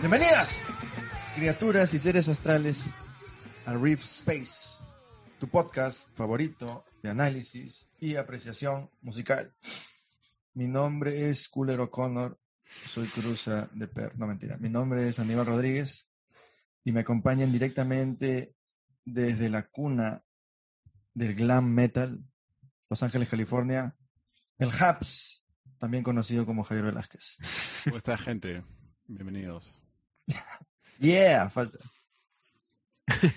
Bienvenidas, criaturas y seres astrales, a Reef Space, tu podcast favorito de análisis y apreciación musical. Mi nombre es Cooler O'Connor, soy cruza de perro, no mentira. Mi nombre es Aníbal Rodríguez y me acompañan directamente desde la cuna del glam metal, Los Ángeles, California, el Haps, también conocido como Javier Velázquez. ¿Cómo está, gente? Bienvenidos. Yeah, falta.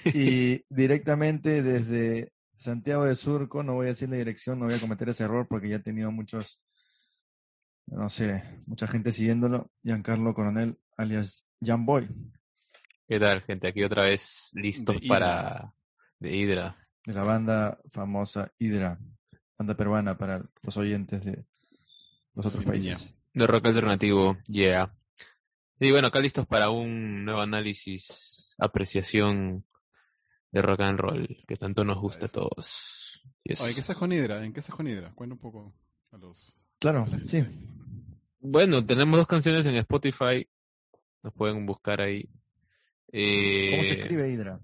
Y directamente desde Santiago de Surco, no voy a decir la dirección, no voy a cometer ese error porque ya he tenido muchos, no sé, mucha gente siguiéndolo. Giancarlo Coronel, alias Jan Boy. ¿Qué tal, gente? Aquí otra vez listos De Hydra. para... De Hydra. de la banda famosa Hydra, banda peruana para los oyentes de los otros Bien, países. De rock alternativo, yeah. Y bueno, acá listos para un nuevo análisis, apreciación de rock and roll, que tanto nos gusta a todos. Yes. Oye, ¿qué estás con Hydra? ¿En qué estás con Hydra? Cuenta un poco a los... Claro, sí. Eh, Bueno, tenemos dos canciones en Spotify. Nos pueden buscar ahí. Eh, ¿Cómo se escribe Hydra?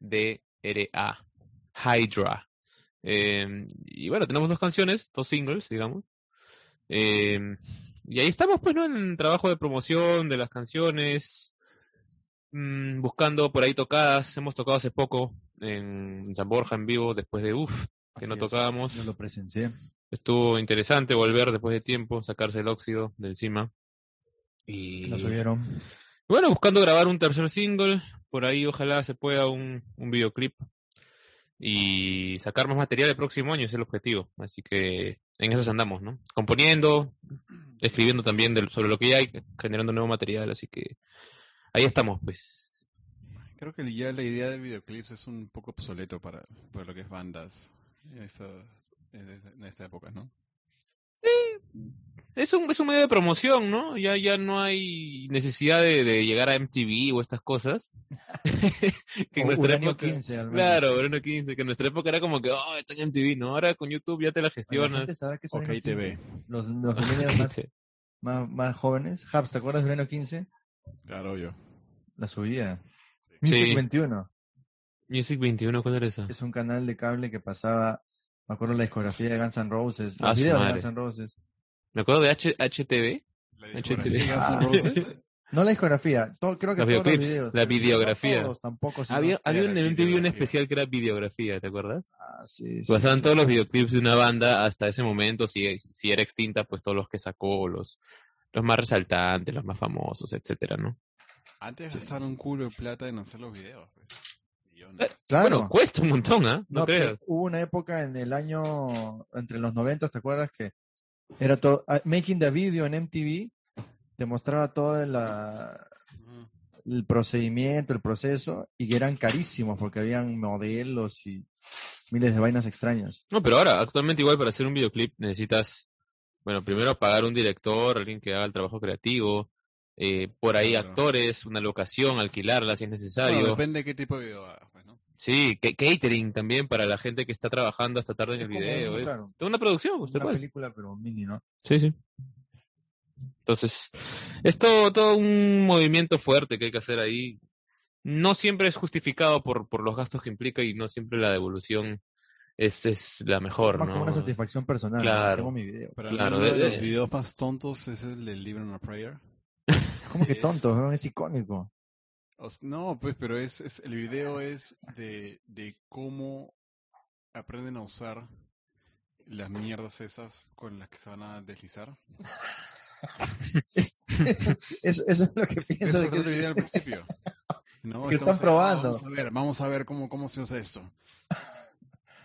H-Y-D-R-A. Hydra. Eh, y bueno, tenemos dos canciones, dos singles, digamos. Eh, y ahí estamos, pues, ¿no? En trabajo de promoción de las canciones. mm, buscando por ahí tocadas. Hemos tocado hace poco en San Borja en vivo, después de Uf, que no Así es, tocábamos. Yo lo presencié. Estuvo interesante volver después de tiempo, sacarse el óxido de encima. Y La subieron. bueno, buscando grabar un tercer single, por ahí ojalá se pueda un, un videoclip y sacar más material el próximo año, es el objetivo. Así que en esas andamos, ¿no? Componiendo, escribiendo también del- sobre lo que ya hay, generando nuevo material, así que ahí estamos, pues. Creo que ya la idea de videoclips es un poco obsoleto para, para lo que es bandas en, esa- en esa- en esta época, ¿no? Es un, es un medio de promoción, ¿no? Ya, ya no hay necesidad de, de llegar a MTV o estas cosas. que en Un nuestra año época- 15 al menos. Claro, Bruno 15, que en nuestra época era como que, oh, está en MTV, ¿no? Ahora con YouTube ya te Bueno, la la gestionas. gente sabrá que es Ok, Urano 15. TV. Los, los millennials más, 15. más, más jóvenes. Habs, ¿te acuerdas de Urano 15? Claro, yo. La subía. Sí. Music 21 Music 21, ¿cuál era esa? es un canal de cable que pasaba, me acuerdo la discografía de Guns N' Roses, Ah, los su videos de madre. Guns N' Roses. Me acuerdo de H HTV, HTV. Guns N' Roses. No la discografía, todo, creo que Los todos los videoclips, videos. la pero videografía. No todos, tampoco. sino- Había, había era un videografía. en MTV un especial que era videografía, ¿te acuerdas? Ah, sí, sí, Basaban sí. todos los videoclips de una banda hasta ese momento, si, si era extinta, pues todos los que sacó, los, los más resaltantes, los más famosos, etcétera, ¿no? Antes gastaban un culo de plata en hacer los videos. pues. Millones. Claro. Bueno, cuesta un montón, ¿ah? No, No, pero creas. Hubo una época en el año, entre los 90, ¿te acuerdas? Que era todo, ah, Making the Video en MTV, te mostraba todo la- el procedimiento, el proceso, y que eran carísimos porque habían modelos y miles de vainas extrañas. No, pero ahora, actualmente igual para hacer un videoclip necesitas, bueno, primero pagar un director, alguien que haga el trabajo creativo, eh, por ahí Claro. actores, una locación, alquilarla si es necesario. Bueno, depende de qué tipo de video hagas, pues, ¿no? sí, ca- catering también para la gente que está trabajando hasta tarde en Es el como video. un- es claro. toda una producción, pues, tal Una cual. película, pero mini, ¿no? Sí, sí. Entonces, es todo, todo un movimiento fuerte que hay que hacer ahí. No siempre es justificado por, por los gastos que implica y no siempre la devolución es, es la mejor, Más como ¿no? una satisfacción personal. ¿no? Claro. Tengo mi video. Para Claro, mí uno de- de los de- videos más tontos es el de Live on a Prayer. Como que Es- tonto, ¿no? es icónico. O s- no, pues, pero es, es el video es de, de cómo aprenden a usar las mierdas esas con las que se van a deslizar. Eso, eso es lo que pienso. Eso de es el que- video al principio. No, Que estamos están "Ah, probando. Vamos a ver, vamos a ver cómo, cómo se usa esto.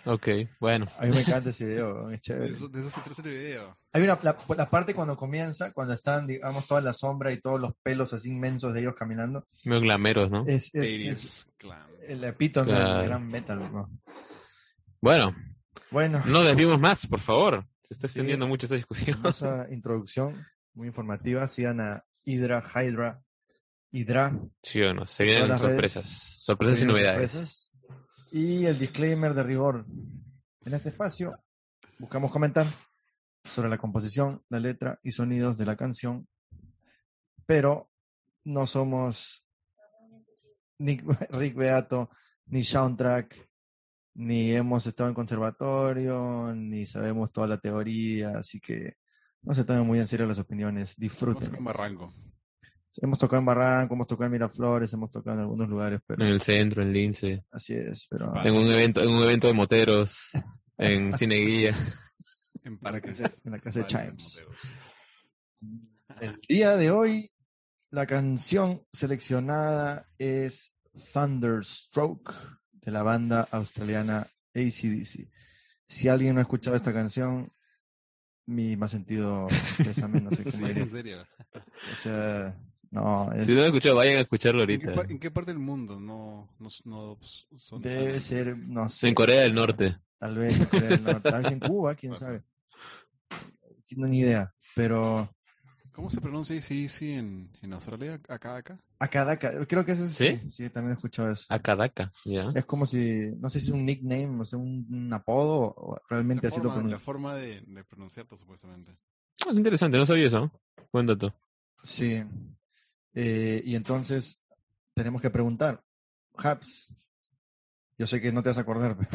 Ok, bueno. A mí me encanta ese video, es De chévere. eso, de eso se trata el video. Hay una, la, la parte cuando comienza, cuando están, digamos, toda la sombra y todos los pelos así inmensos de ellos caminando, Medio glameros, ¿no? es, es, es 80s Clan. el epítome Claro. del gran metal, bro. Bueno, Bueno, no desvimos más, por favor. Se está Sí. extendiendo mucho esta discusión. con esa introducción muy informativa, sigan a Hydra, Hydra, Hydra, Sí o no, se Todas vienen las redes. sorpresas. Sorpresas y Seguimos novedades. sorpresas. Y el disclaimer de rigor. En este espacio buscamos comentar sobre la composición, la letra y sonidos de la canción pero no somos ni Rick Beato, ni Soundtrack, ni hemos estado en conservatorio, ni sabemos toda la teoría, así que no se tomen muy en serio las opiniones, Vamos disfruten. con Barranco. Hemos tocado en Barranco, hemos tocado en Miraflores, hemos tocado en algunos lugares, En pero el centro, en Lince. así es, pero Vale. En un evento, en un evento de moteros. En Cineguía. En Parques. en la casa de Parques Chimes. Moteros. El día de hoy, la canción seleccionada es Thunderstroke de la banda australiana ACDC. Si alguien no ha escuchado esta canción, mi más sentido pésame, no sé Sí, cómo en decir. serio. O sea, no, es- Si no lo han escuchado, vayan a escucharlo ¿En qué, ahorita. pa- en qué parte del mundo no, no, no son tan- debe ser, no sé. En Corea del Norte. Tal vez en Corea del Norte, tal vez en Cuba, quién sabe. No, ni idea, pero ¿Cómo se pronuncia ACDC en, en Australia? Acá, acá. acá, acá, creo que ese es, ¿Sí? sí, sí, también he escuchado eso. Akadaka, ya. Es como si, no sé si es un nickname, o sea, un, un apodo, o realmente La así lo forma, la pronuncian. forma de, de pronunciarlo, supuestamente. Ah, es interesante, no sabía eso. Buen dato. Sí. Eh, y entonces tenemos que preguntar, Haps, yo sé que no te vas a acordar, pero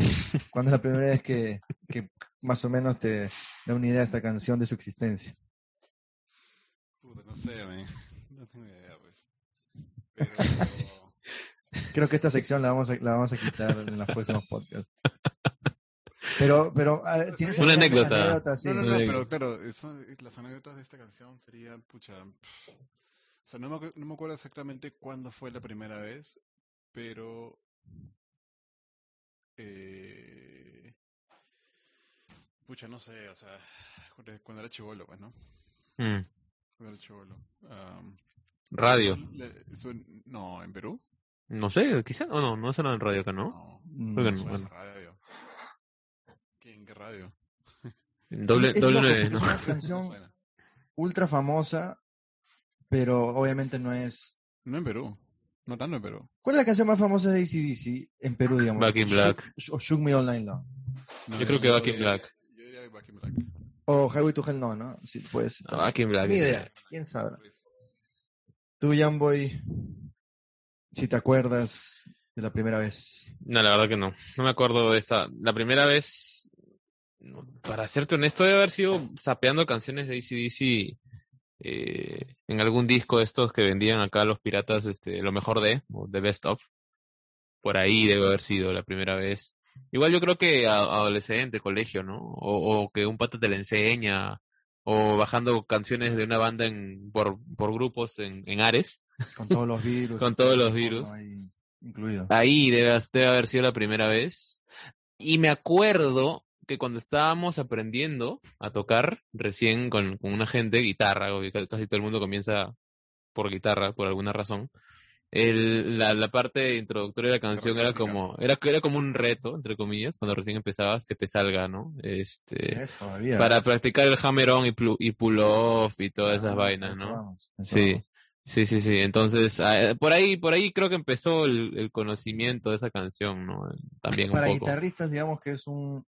¿cuándo es la primera vez que, que más o menos te da una idea de esta canción de su existencia? Puta, no sé, man. No tengo idea, pues. Pero. Creo que esta sección la vamos a, la vamos a quitar en los próximos podcasts. Pero, pero, a ver, ¿tienes Una alguna anécdota. Sí. No, no, no, Sí. pero claro, eso, las anécdotas de esta canción serían, pucha, pff. o sea, no me, acu- no me acuerdo exactamente cuándo fue la primera vez, pero eh, pucha, no sé, o sea, cuando- cuando era chivolo, pues, ¿no? Mm. Cuando era chivolo. Radio. no, en Perú. No sé, quizá. O no, no sonaba en radio acá, ¿no? No, Mm, Creo que no. suena en bueno. radio. ¿Qué- ¿En qué radio? En Doble, Es doble loco, nueve, es ¿no? una No canción suena. ultra famosa, pero obviamente no es No en Perú, no tanto en Perú. ¿Cuál es la canción más famosa de ACDC en Perú, digamos? Back in Black. Shook- o Shook Me All Night Long. No, Yo creo que Back in diría- Black. Yo diría que Back in Black. O Highway to Hell no, ¿no? Sí, pues. Ah, Back in Black. Ni idea. ¿Quién sabrá? Tú, Jamboy, si te acuerdas de la primera vez. No, la verdad que no. No me acuerdo de esta. La primera vez, no, para serte honesto, debe haber sido sapeando canciones de ACDC eh, en algún disco de estos que vendían acá los piratas, este, lo mejor de, o The Best of. Por ahí debe haber sido la primera vez. Igual yo creo que a- adolescente, colegio, ¿no? O, o que un pata te la enseña, o bajando canciones de una banda en, por, por grupos en, en Ares. Con todos los virus. Con todos los virus. Ahí incluido. Ahí debe, debe haber sido la primera vez. Y me acuerdo que cuando estábamos aprendiendo a tocar recién con, con una gente, guitarra, obvio, ca- casi todo el mundo comienza por guitarra, por alguna razón. el- la, la parte introductoria de la canción era clásica. como, era, era como un reto, entre comillas, cuando recién empezabas, que te salga, ¿no? Este, Es todavía. para practicar el hammer on y, plu- y pull off y todas esas Ah, vainas, eso ¿no? vamos, eso Sí, vamos. sí, sí, sí. Entonces, ah, eh, por ahí, por ahí creo que empezó el, el conocimiento de esa canción, ¿no? Eh, También Para un poco. guitarristas, digamos que es un.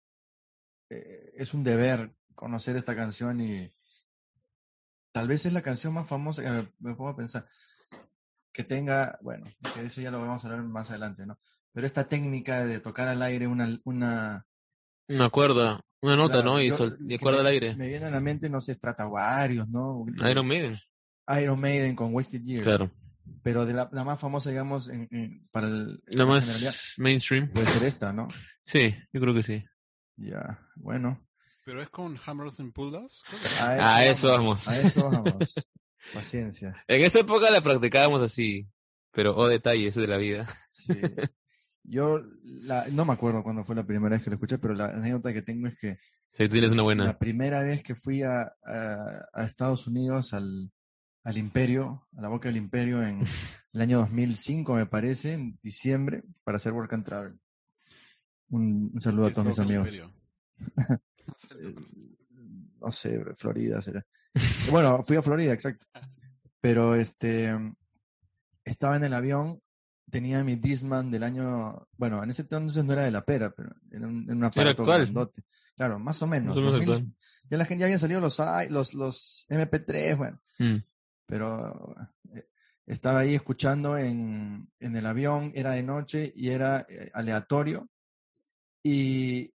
eh, es un deber conocer esta canción y. Tal vez es la canción más famosa. a ver, me pongo a pensar. que tenga, bueno, que de eso ya lo vamos a hablar más adelante, ¿no? Pero esta técnica de tocar al aire una, una Una cuerda, una nota, Claro, ¿no? Y, yo- sol- y que cuerda al me- aire. me viene a la mente, no sé, Stratovarius, ¿no? Iron Maiden, Iron Maiden con Wasted Years. claro. Pero de la, la más famosa, digamos, en- en- para el, La la generalidad, más mainstream. puede ser esta, ¿no? Sí, yo creo que sí. Ya, bueno. ¿Pero es con Hammers and Pull-Offs? ¿Cuál Ah, A eso vamos. A eso vamos. Paciencia. En esa época la practicábamos así, pero oh detalles de la vida. Sí. Yo la- no me acuerdo cuándo fue la primera vez que lo escuché, pero la anécdota que tengo es que Si tú tienes una buena. La primera vez que fui a, a- a Estados Unidos, al, al Imperio, a la boca del Imperio, en el año 2005, me parece, en diciembre, para hacer Work and Travel. Un, un saludo a es? todos mis Rock amigos. Imperio. Eh, mm, No sé, Florida será. Eh, Bueno, fui a Florida, exacto. Ah. Pero este estaba en el avión, tenía mi Disman del año, bueno, en ese entonces no era de la pera, pero era un, era un aparato actual. grandote. Claro, más o menos. Más o menos 2000, actual. ya la gente ya habían salido los i- los los MP3, bueno. Mm. pero eh, estaba ahí escuchando en, en el avión, era de noche y era eh, aleatorio. Y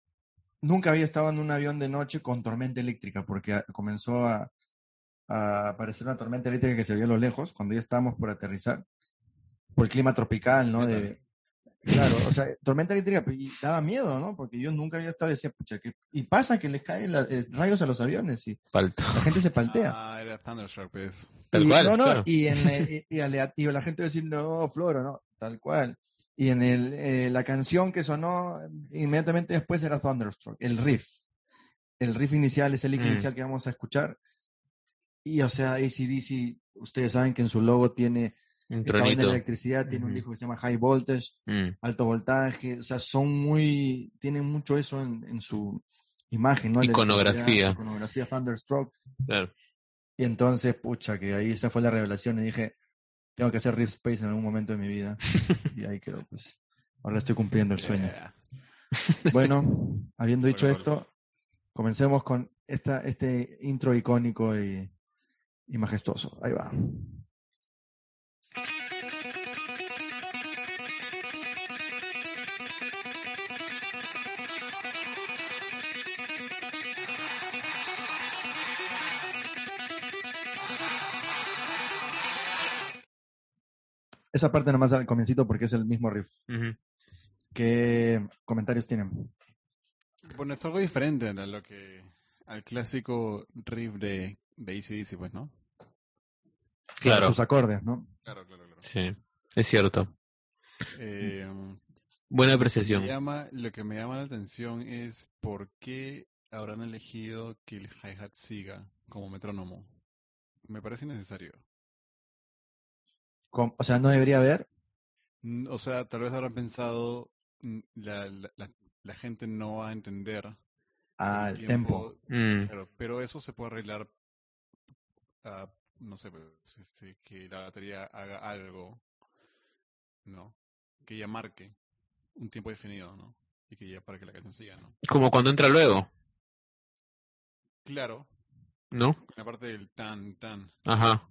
nunca había estado en un avión de noche con tormenta eléctrica, porque a- comenzó a, a aparecer una tormenta eléctrica que se veía a lo lejos cuando ya estábamos por aterrizar, por el clima tropical, ¿no? De, claro, o sea, tormenta eléctrica pues, y daba miedo, ¿no? Porque yo nunca había estado y decía, pucha, que, y pasa que les caen la- eh, rayos a los aviones y Palto. la gente se paltea. Ah, era Thunderstruck, pues. Tal Y- cual, no, no, claro. y, en, eh, y- y alea- y la gente decir, no, Floro, no, tal cual. Y en el, eh, la canción que sonó inmediatamente después era Thunderstruck, el riff. El riff inicial es el lick Mm. inicial que vamos a escuchar. Y, o sea, ACDC, ustedes saben que en su logo tiene Un esta vaina de tronito. electricidad, tiene un Ujú. disco que se llama High Voltage, Mm. Alto Voltaje, o sea, son muy, tienen mucho eso en, en su imagen, ¿no? La Iconografía. electricidad, Iconografía Thunderstruck. Claro. Y entonces, pucha, que ahí esa fue la revelación y dije, tengo que hacer Rift Space en algún momento de mi vida. y ahí quedó, pues. Ahora estoy cumpliendo el sueño. Yeah. Bueno, habiendo dicho Bueno, esto, comencemos con esta, este intro icónico y, y majestuoso. Ahí va. Esa parte nomás al comiencito porque es el mismo riff. Ujú. ¿Qué comentarios tienen? Bueno, es algo diferente a lo que al clásico riff de, de ACDC, pues, ¿no? Claro. Sus acordes, ¿no? Claro, claro, claro. Sí. Es cierto. Eh, Buena Me apreciación. llama, lo que me llama la atención es por qué habrán elegido que el hi-hat siga como metrónomo. Me parece innecesario. Com- O sea, no debería haber. Mm, O sea, tal vez habrán pensado, mm, la, la- la- la gente no va a entender el Ah, el tempo. tiempo, Mm. claro, pero eso se puede arreglar, ah, no sé, pues, este, que la batería haga algo, ¿no? Que ya marque un tiempo definido, ¿no? Y que ya para que la canción siga, ¿no? Como cuando entra luego, Claro, ¿no? la parte del tan, tan. Ajá.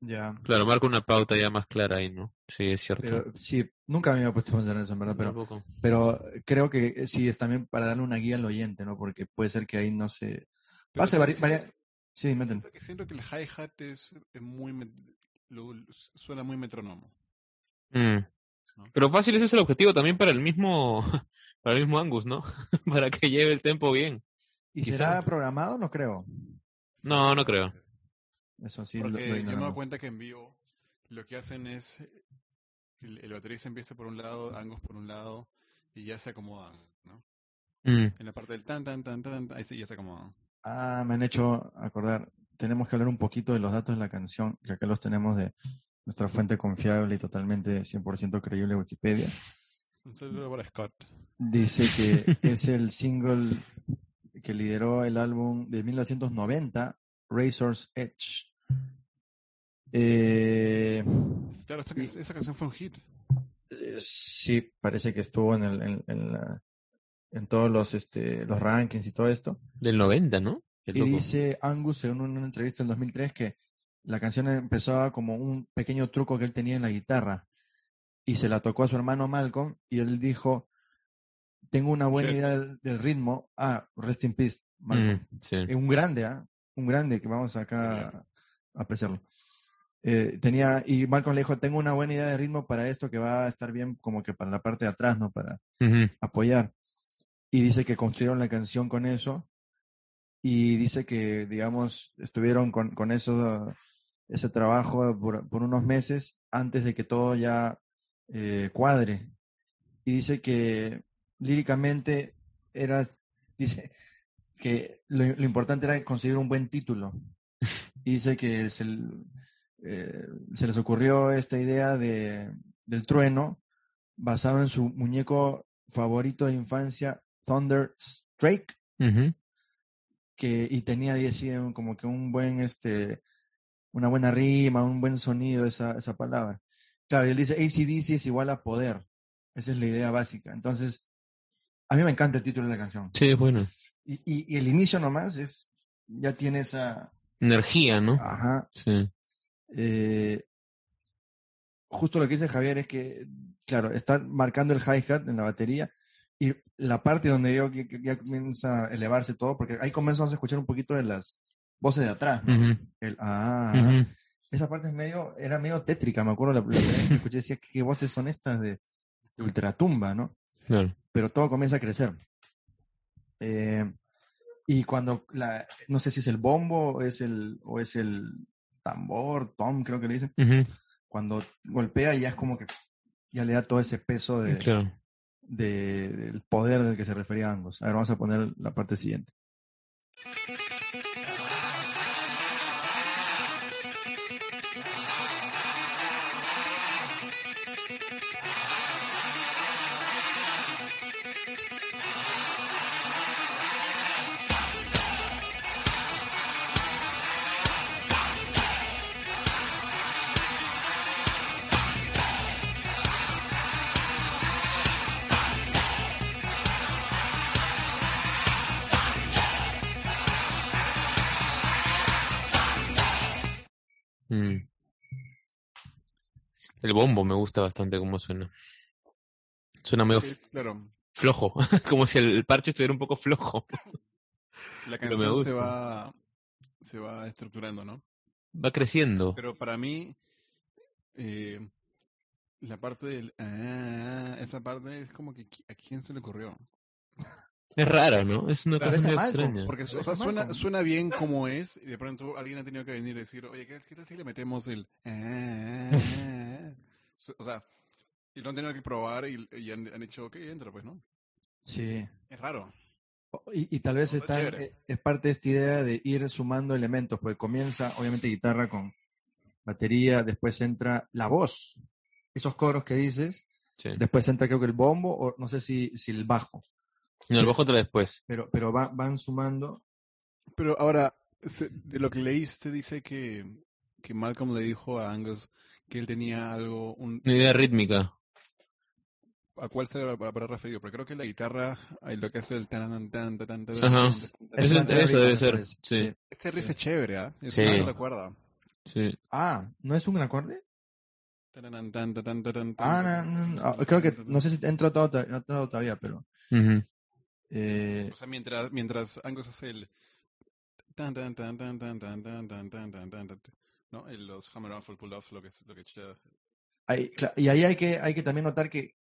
Ya. Claro, marca una pauta ya más clara ahí, ¿no? Sí, es cierto. Pero sí, nunca me había puesto a pensar en eso, en verdad, pero, Tampoco. pero creo que sí es también para darle una guía al oyente, ¿no? Porque puede ser que ahí no se. Pero Pase siento- vari- varia- siento- Sí, meten. siento que- Siento que el hi-hat es, es muy. met- lo- lo- suena muy metrónomo. Mm. Pero fácil ese es el objetivo también para el mismo, para el mismo Angus, ¿no? para que lleve el tempo bien. ¿Y Quizás. será programado? No creo. No, no creo. Eso sí, lo- Porque lo yo me doy ignoramos. cuenta que en vivo lo que hacen es. eh, El, el baterista empieza por un lado, Angus por un lado, y ya se acomodan, ¿no? Mm. En la parte del tan, tan, tan, tan, ahí sí ya se acomodan. Ah, me han hecho acordar. Tenemos que hablar un poquito de los datos de la canción, que acá los tenemos de nuestra fuente confiable y totalmente 100% creíble Wikipedia. Un saludo para Scott. Dice que es el single que lideró el álbum de 1990, Razor's Edge. Eh, Claro, esa, can- esa canción fue un hit. eh, sí, parece que estuvo en, el- en- en la- en todos los, este, los rankings y todo esto. Del 90, ¿no? El Y loco. dice Angus, según una entrevista en 2003, que la canción empezaba como un pequeño truco que él tenía en la guitarra y se la tocó a su hermano Malcolm y él dijo, tengo una buena Shit. idea del, del ritmo. Ah, rest in peace, Malcolm. Mm, sí. Eh, un grande, ¿ah? Un grande que vamos acá a apreciarlo. Eh, tenía, y Malcolm le dijo, tengo una buena idea de ritmo para esto que va a estar bien como que para la parte de atrás, ¿no? Para Ujú. apoyar. Y dice que construyeron la canción con eso. Y dice que, digamos, estuvieron con, con eso, ese trabajo por, por unos meses antes de que todo ya eh, cuadre. Y dice que líricamente era, dice que lo, lo importante era conseguir un buen título. Y dice que se, l- eh, se les ocurrió esta idea de, del trueno basado en su muñeco favorito de infancia, Thunder Strike, Ujú. que, y tenía así un- como que un buen, este, una buena rima, un buen sonido esa, esa palabra. Claro, y él dice ACDC es igual a poder. Esa es la idea básica. Entonces, a mí me encanta el título de la canción. Sí, es bueno. Y, y- y el inicio nomás es, ya tiene esa, Ah. Energía, ¿no? ajá, Sí. Eh, justo lo que dice Javier es que, claro, están marcando el hi-hat en la batería y la parte donde yo que, que ya comienza a elevarse todo, porque ahí comenzamos a escuchar un poquito de las voces de atrás. ¿no? El, ah, esa parte es medio, era medio tétrica, me acuerdo la, la primera vez que escuché, decía, ¿qué voces son estas de, de ultratumba, no? Claro. Pero todo comienza a crecer. Eh, y cuando la, no sé si es el bombo o es el, o es el tambor, tom, creo que le dicen, Ujú, cuando golpea ya es como que ya le da todo ese peso de, claro. de- del poder del que se refería ambos. A ver, vamos a poner la parte siguiente. Mm. El bombo me gusta bastante cómo suena. Suena medio Sí, claro, flojo, como si el parche estuviera un poco flojo. la Pero me canción gusta. se va, se va estructurando, ¿no? Va creciendo. Pero para mí, eh, la parte del... ah, esa parte es como que ¿qui- a quién se le ocurrió. Es raro, ¿no? Es una Claro, cosa es a muy Malcolm, extraña. Porque su- Pero o sea, es suena, Malcolm. suena bien como es y de pronto alguien ha tenido que venir y decir, oye, ¿qué, qué tal si le metemos el... ah, ah, ah, ah?" Su- o sea, y lo han tenido que probar y, y han, han hecho, ok, entra, pues, ¿no? Sí. Es raro. Y, y tal vez No, está, chévere. eh, es parte de esta idea de ir sumando elementos, porque comienza obviamente guitarra con batería, después entra la voz, esos coros que dices, Sí. después entra creo que el bombo o no sé si, si el bajo, No, el bajo otra pues. después. pero, pero va- van sumando. Pero ahora, se- de lo que leíste, dice que, que Malcolm le dijo a Angus que él tenía algo, un, Una idea rítmica. ¿a cuál se habrá referido? Pero creo que la guitarra, ahí lo que hace el tan tan tan tan tan tan, Ajá. tan, tan, Eso- la tan. teoría, eso debe me ser, parece. sí. Este sí. riff es chévere, ¿ah? Es Sí. una sola cuerda. Sí. Ah, ¿no es un acorde? Tan, tan, tan, tan, tan, tan, Ah, tan, no, no, tan, ah, creo que tan, no sé si entra todo, to- no ha entrado todavía, pero Ujú. eh, O sea, mientras, mientras Angus hace el tan tan tan tan tan tan tan tan tan tan tan tan, ¿no? El- los hammer on full pull off, lo que lo que echa- Ahí, cla- y ahí hay que, hay que también notar que,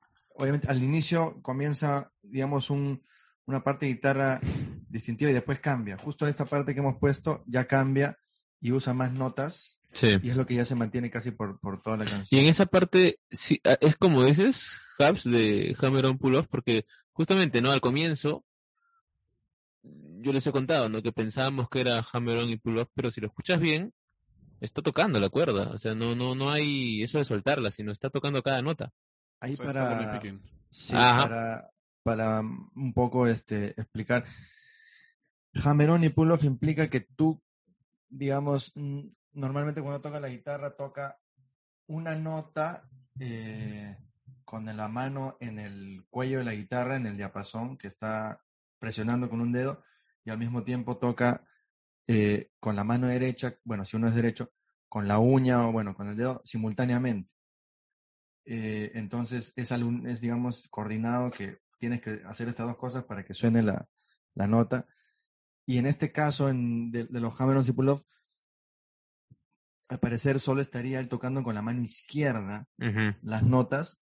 obviamente, al inicio comienza, digamos, un, una parte de guitarra distintiva y después cambia. Justo esta parte que hemos puesto ya cambia y usa más notas Sí. y es lo que ya se mantiene casi por, por toda la Y canción. en esa parte sí, a- es como dices, Hubs de Hammer on Pull Off, porque justamente, ¿no? Al comienzo, yo les he contado, ¿no? Que pensábamos que era Hammer on y Pull Off, pero si lo escuchas bien, está tocando la cuerda. O sea, no, no, no hay eso de soltarla, sino está tocando cada nota. Ahí so- suddenly para, picking. sí, Ajá. para, para mm, un poco este, explicar, Hammer-on y pull-off implica que tú, digamos, mm, normalmente cuando toca la guitarra toca una nota eh, con la mano en el cuello de la guitarra, en el diapasón que está presionando con un dedo y al mismo tiempo toca eh, con la mano derecha, bueno, si uno es derecho, con la uña o bueno, con el dedo simultáneamente. Eh, entonces es, algún- es, digamos, coordinado que tienes que hacer estas dos cosas para que suene la, la nota. Y en este caso, en, de, de los Hammer-ons y Pull-Off, al parecer solo estaría él tocando con la mano izquierda las notas,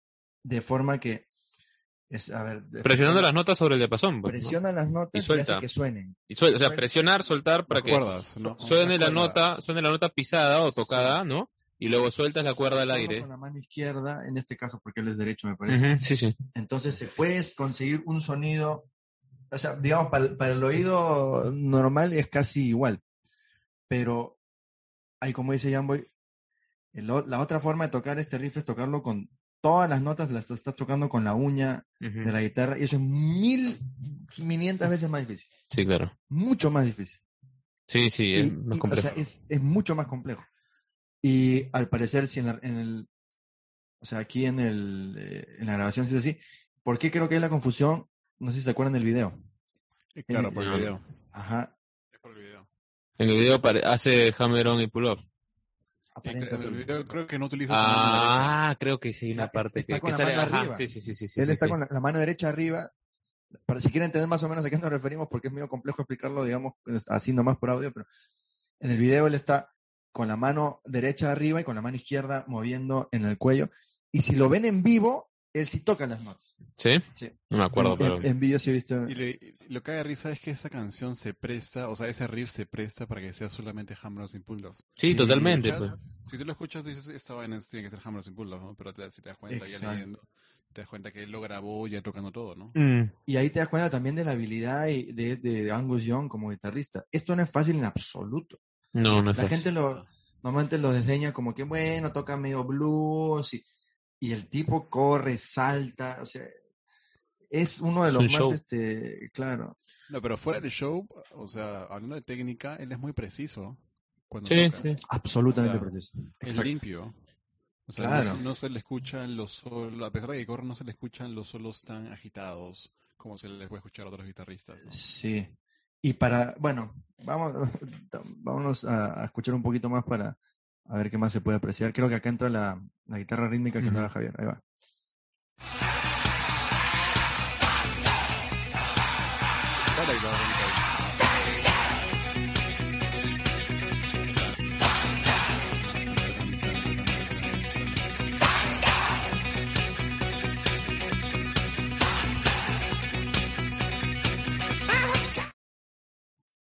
de forma que es, a ver, de- Presionando las notas sobre el diapasón. pues, ¿no? presiona las notas y, hace suelta. que suenen. Y suel- o sea, suel- presionar, soltar para Las que cuerdas, ¿no? suene la Las cuerdas. nota, suene la nota pisada o tocada, ¿no? Y luego sueltas la cuerda al Solo aire. Con la mano izquierda, en este caso, porque él es derecho, me parece. Ujú, Sí, sí. Entonces se puede conseguir un sonido, o sea, digamos, para, para el oído normal es casi igual, pero hay como dice Jamboy, el o- la otra forma de tocar este riff es tocarlo con todas las notas, las estás tocando con la uña Ujú. de la guitarra y eso es mil quinientas veces más difícil, Sí, claro. mucho más difícil. Sí, sí, es Y- más y, o complejo. sea, es, es mucho más complejo. Y al parecer, si en, la- en el. O sea, aquí en, el, eh, en la grabación sí es así. ¿Por qué creo que es la confusión? No sé si se acuerdan del video. Eh, Claro, por el No. video. Ajá. Es por el video. En el video pare- hace Hammer on y Pull Off. Y cre- aparenta el ser. video creo que no utiliza su mano derecha. Ah, creo que sí hay una Está- parte está que, con que la sale. mano ajá, arriba. sí, sí, sí, sí, sí, Él sí, está sí. con la, la mano derecha arriba. Para si quieren entender más o menos a qué nos referimos, porque es medio complejo explicarlo, digamos, es- así nomás por audio, pero en el video él está con la mano derecha arriba y con la mano izquierda moviendo en el cuello. Y si lo ven en vivo, él sí toca las notas. ¿Sí? Sí. No me acuerdo, en, pero. en- en vivo sí he visto. Y, le- y lo que da risa es que esa canción se presta, o sea, ese riff se presta para que sea solamente Hammers and Pull-Offs. Sí, Si totalmente, pues. lo escuchas- Si tú lo escuchas, tú dices, esta vaina es- tiene que ser Hammers and Pull-Offs, ¿no? Pero te, si te das cuenta, Exacto. ya leyendo, te das cuenta que él lo grabó ya tocando todo, ¿no? Mm, Y ahí te das cuenta también de la habilidad y de, de Angus Young como guitarrista. Esto no es fácil en absoluto. No, no es La fácil. gente lo, normalmente lo desdeña como que, bueno, toca medio blues y, y el tipo corre, salta, o sea, es uno de Es los un más, show. este, claro, No, pero fuera del show, o sea, hablando de técnica, él es muy preciso. Cuando Sí, toca. sí. absolutamente Claro. preciso. Es limpio. O sea, Claro. no, se- no se le escuchan los solos, a pesar de que corre, no se le escuchan los solos tan agitados como se les puede escuchar a otros guitarristas. ¿no? Sí. Y para, bueno, vamos, vámonos a, a escuchar un poquito más para a ver qué más se puede apreciar. Creo que acá entra la, la guitarra rítmica que Ujú. hablaba Javier. Ahí va. Está la guitarra bonita ahí.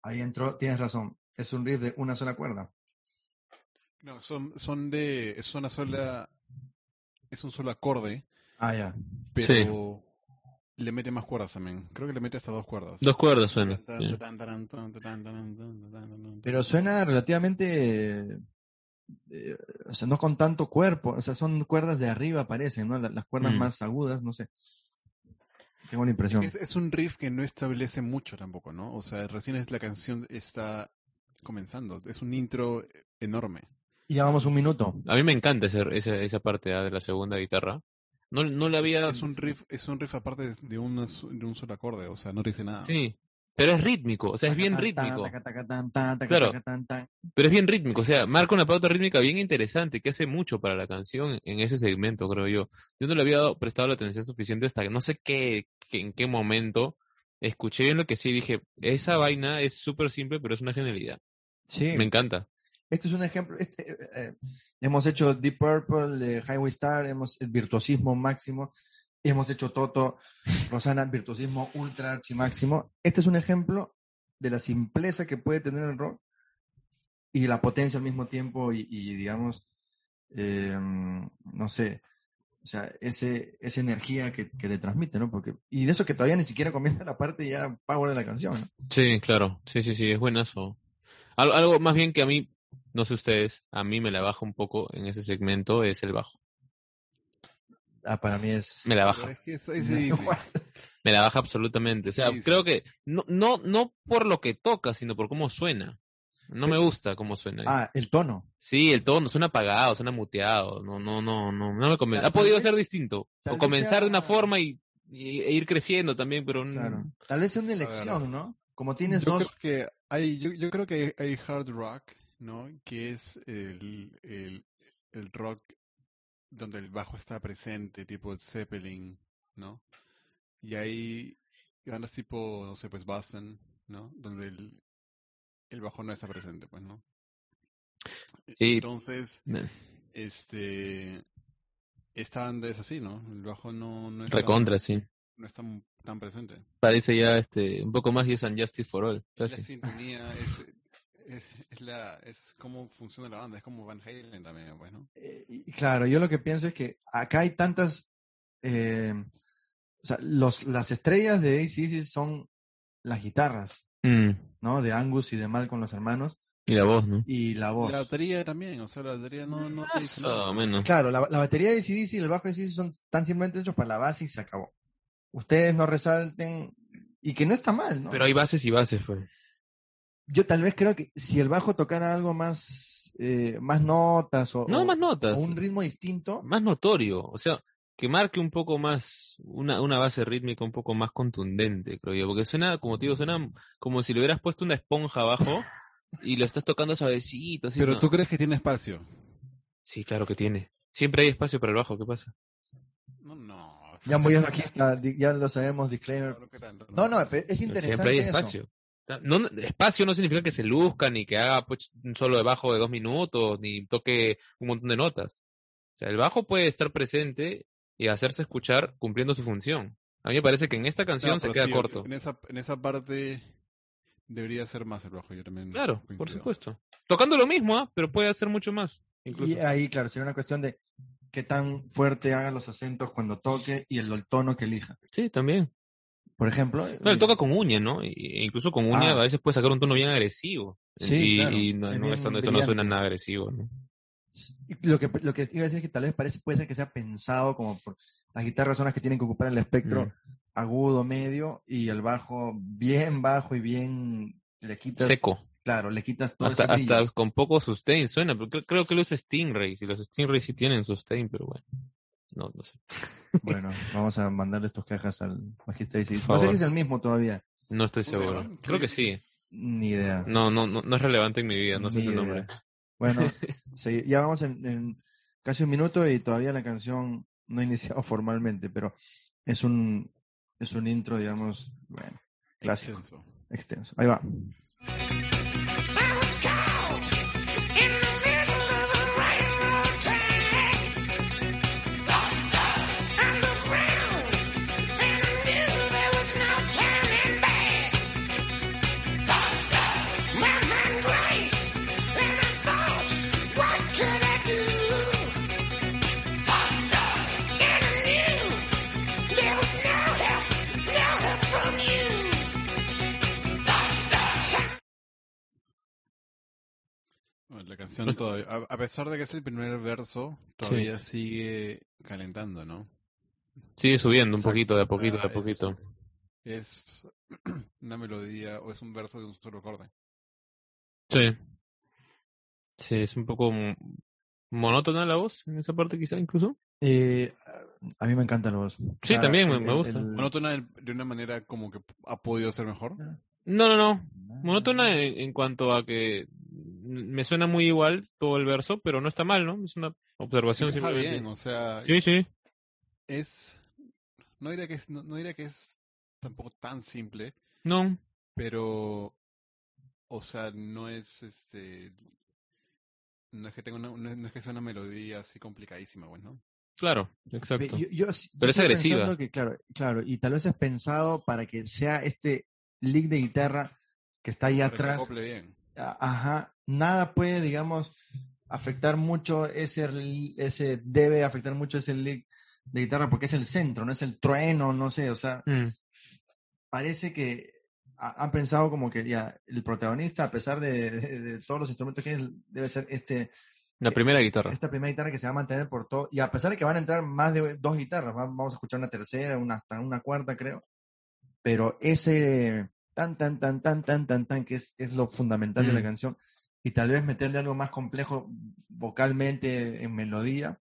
Ahí entró, tienes razón. Es un riff de una sola cuerda. No, son, son de. Es una sola. Es un solo acorde, Ah, ya. pero. Le mete más cuerdas también. Creo que le mete hasta dos cuerdas. Dos cuerdas suena. sí. Pero suena relativamente. eh, eh, o sea, no con tanto cuerpo. O sea, son cuerdas de arriba, parecen, ¿no? La- Las, cuerdas Mm. más agudas, no sé. Tengo la impresión. Es, es un riff que no establece mucho tampoco, ¿no? O sea, recién es la canción está comenzando. Es un intro enorme. Y ya vamos un minuto. A mí me encanta ese- esa, esa parte ah, de la segunda guitarra. No, no la había. Es un riff, es un riff aparte de, de una su- de un solo acorde, o sea, no te dice nada. Sí. Pero es rítmico, o sea, es bien Taca, tan, rítmico. taca, taca, tan, tan, taca, Claro. taca, tan, tan. Pero es bien rítmico, o sea, marca una pauta rítmica bien interesante que hace mucho para la canción en ese segmento, creo yo. Yo no le había dado- prestado la atención suficiente hasta que no sé qué, qué- en qué momento escuché bien lo que sí dije, esa vaina es súper simple, pero es una genialidad. Sí. Me encanta. Este es un ejemplo. este, eh, eh, hemos hecho Deep Purple, eh, Highway Star, hemos el virtuosismo máximo. Hemos hecho Toto, Rosana, virtuosismo ultra archi máximo. Este es un ejemplo de la simpleza que puede tener el rock y la potencia al mismo tiempo y, y, digamos, eh, no sé, o sea, ese, esa energía que, que le transmite, ¿no? Porque, y de eso que todavía ni siquiera comienza la parte ya power de la canción, ¿no? Sí, claro, sí, sí, sí, es buenazo. Al- algo más bien que a mí, no sé ustedes, a mí me la baja un poco en ese segmento es el bajo. Ah, para mí es... Me la Pero baja. es que es- es- sí, sí. Me la baja absolutamente. O sea, Sí, sí. creo que no, no, no por lo que toca, sino por cómo suena. No me gusta cómo suena. Ah, el tono. Sí, el tono suena apagado, suena muteado. No, no, no, no, no me convence. Tal- Ha podido tal ser vez- distinto. tal O vez comenzar de una sea- forma y, y- e ir creciendo también, pero. mm, Claro. Tal vez sea una elección, ¿no? Como tienes yo dos. creo que hay, yo, yo creo que hay, hay hard rock, ¿no? Que es el, el, el rock donde el bajo está presente, tipo Zeppelin, ¿no? Y hay bandas tipo, no sé, pues Boston, ¿no? Donde el, el bajo no está presente, pues, ¿no? Sí. Entonces, eh, este, esta banda es así, ¿no? El bajo no, no está, Recontra, sí. no está tan presente. Parece ya este, un poco más Yes and Justice for All. La Casi. sintonía es, es, es la, es cómo funciona la banda, es como Van Halen también, pues, ¿no? eh, y claro, yo lo que pienso es que acá hay tantas. eh, o sea, los, las estrellas de ACDC son las guitarras, Mm, ¿no? De Angus y de Malcolm, los hermanos, Y la voz, ¿no? y la voz. La batería también, o sea, la batería no, no te dice Más nada. o menos. Claro, la, la batería de ACDC y el bajo de ACDC son tan simplemente hechos para la base y se acabó. Ustedes no resalten. Y que no está mal, ¿no? Pero hay bases y bases, pues. Yo tal vez creo que si el bajo tocara algo más, eh, más notas o, No, o- más notas. o un ritmo distinto, más notorio, o sea, que marque un poco más, una, una base rítmica un poco más contundente, creo yo, porque suena, como te digo, suena como si le hubieras puesto una esponja abajo y lo estás tocando suavecito, así, Pero ¿no? tú crees que tiene espacio. Sí, claro que tiene. Siempre hay espacio para el bajo, ¿qué pasa? No, no. Ya muy bien, aquí está, di- ya lo sabemos, disclaimer. Claro que tanto, No, no, pe- es interesante Siempre hay eso. espacio. Ah, No, no, espacio no significa que se luzca, ni que haga pues, un solo de bajo de dos minutos, ni toque un montón de notas. O sea, el bajo puede estar presente y hacerse escuchar cumpliendo su función. A mí me parece que en esta canción Claro, se pero queda sí, corto. En esa, en esa parte debería ser más el bajo, yo también. Claro, por coincido. supuesto. Tocando lo mismo, ¿ah? pero puede hacer mucho más. Incluso. Y ah, ahí, claro, sería una cuestión de qué tan fuerte haga los acentos cuando toque y el, el tono que elija. Sí, también. Por ejemplo. No, eh, le toca con uña, ¿no? E e incluso con uña Ah. a veces puede sacar un tono bien agresivo. Sí, y, claro. y no, Es no, bien esto, no- esto no suena brillante. nada agresivo, ¿no? eh, Lo que, lo que iba a decir es que tal vez parece, puede ser que sea pensado como por las guitarras son las que tienen que ocupar el espectro Mm. agudo, medio y el bajo bien bajo y bien le quitas. Seco. Claro, le quitas todo Hasta, ese brillo. hasta con poco sustain suena, pero cre- creo que lo usa Stingray, y los Stingray sí tienen sustain, pero bueno. No, no sé. Bueno, vamos a mandarle tus cajas al Magista y si- Por No sé favor. si es el mismo todavía. No estoy ¿Cómo se seguro. llama? Creo que sí. Ni idea. No, no, no, no es relevante en mi vida, no sé Ni su idea. nombre. Bueno, sí, ya vamos en, en casi un minuto y todavía la canción no ha iniciado formalmente, pero es un, es un intro, digamos, bueno, clásico, Extenso. extenso. Ahí va. I was caught in the middle of a railroad track. Thunder underground, and I knew there was no turning back. Thunder, my mind raced, and I thought, what could I do? Thunder, and I knew there was no help, no help from you. Thunder. Bueno, la canción todavía, a, a pesar de que es el primer verso, todavía sigue calentando, ¿no? Sigue subiendo un Exacto. poquito, de a poquito, de Ah, a poquito. Es una melodía o es un verso de un solo acorde. Sí. Sí, es un poco m- monótona la voz en esa parte quizá incluso. Eh, a mí me encanta la voz. Sí, también me- me gusta. Monótona de- de una manera como que ha podido ser mejor. No, no, no. Monótona en, en cuanto a que n- me suena muy igual todo el verso, pero no está mal, ¿no? Es una observación Está simplemente. bien, o sea, pues, Sí, sí. es no diría que es no, no diría que es tampoco tan simple No, pero o sea no es este no es que tenga una, no no es que sea una melodía así pues, complicadísimo bueno claro, exacto. Yo- yo- yo Pero es estoy agresiva. pensando que, claro, claro, y tal vez es pensado para que sea este lick de guitarra que está ahí Para que atrás acople bien A- Ajá, nada puede, digamos, afectar mucho ese, rel- ese debe afectar mucho ese lick de guitarra porque es el centro, no es el trueno, no sé, o sea, Mm. parece que ha- han pensado como que ya el protagonista, a pesar de, de- de todos los instrumentos que es, debe ser este, La primera guitarra. esta primera guitarra que se va a mantener por todo, y a pesar de que van a entrar más de dos guitarras, va- vamos a escuchar una tercera, una hasta una cuarta, creo, pero ese tan, tan, tan, tan, tan, tan, tan, que es, es lo fundamental de la Mm. canción, y tal vez meterle algo más complejo vocalmente en melodía,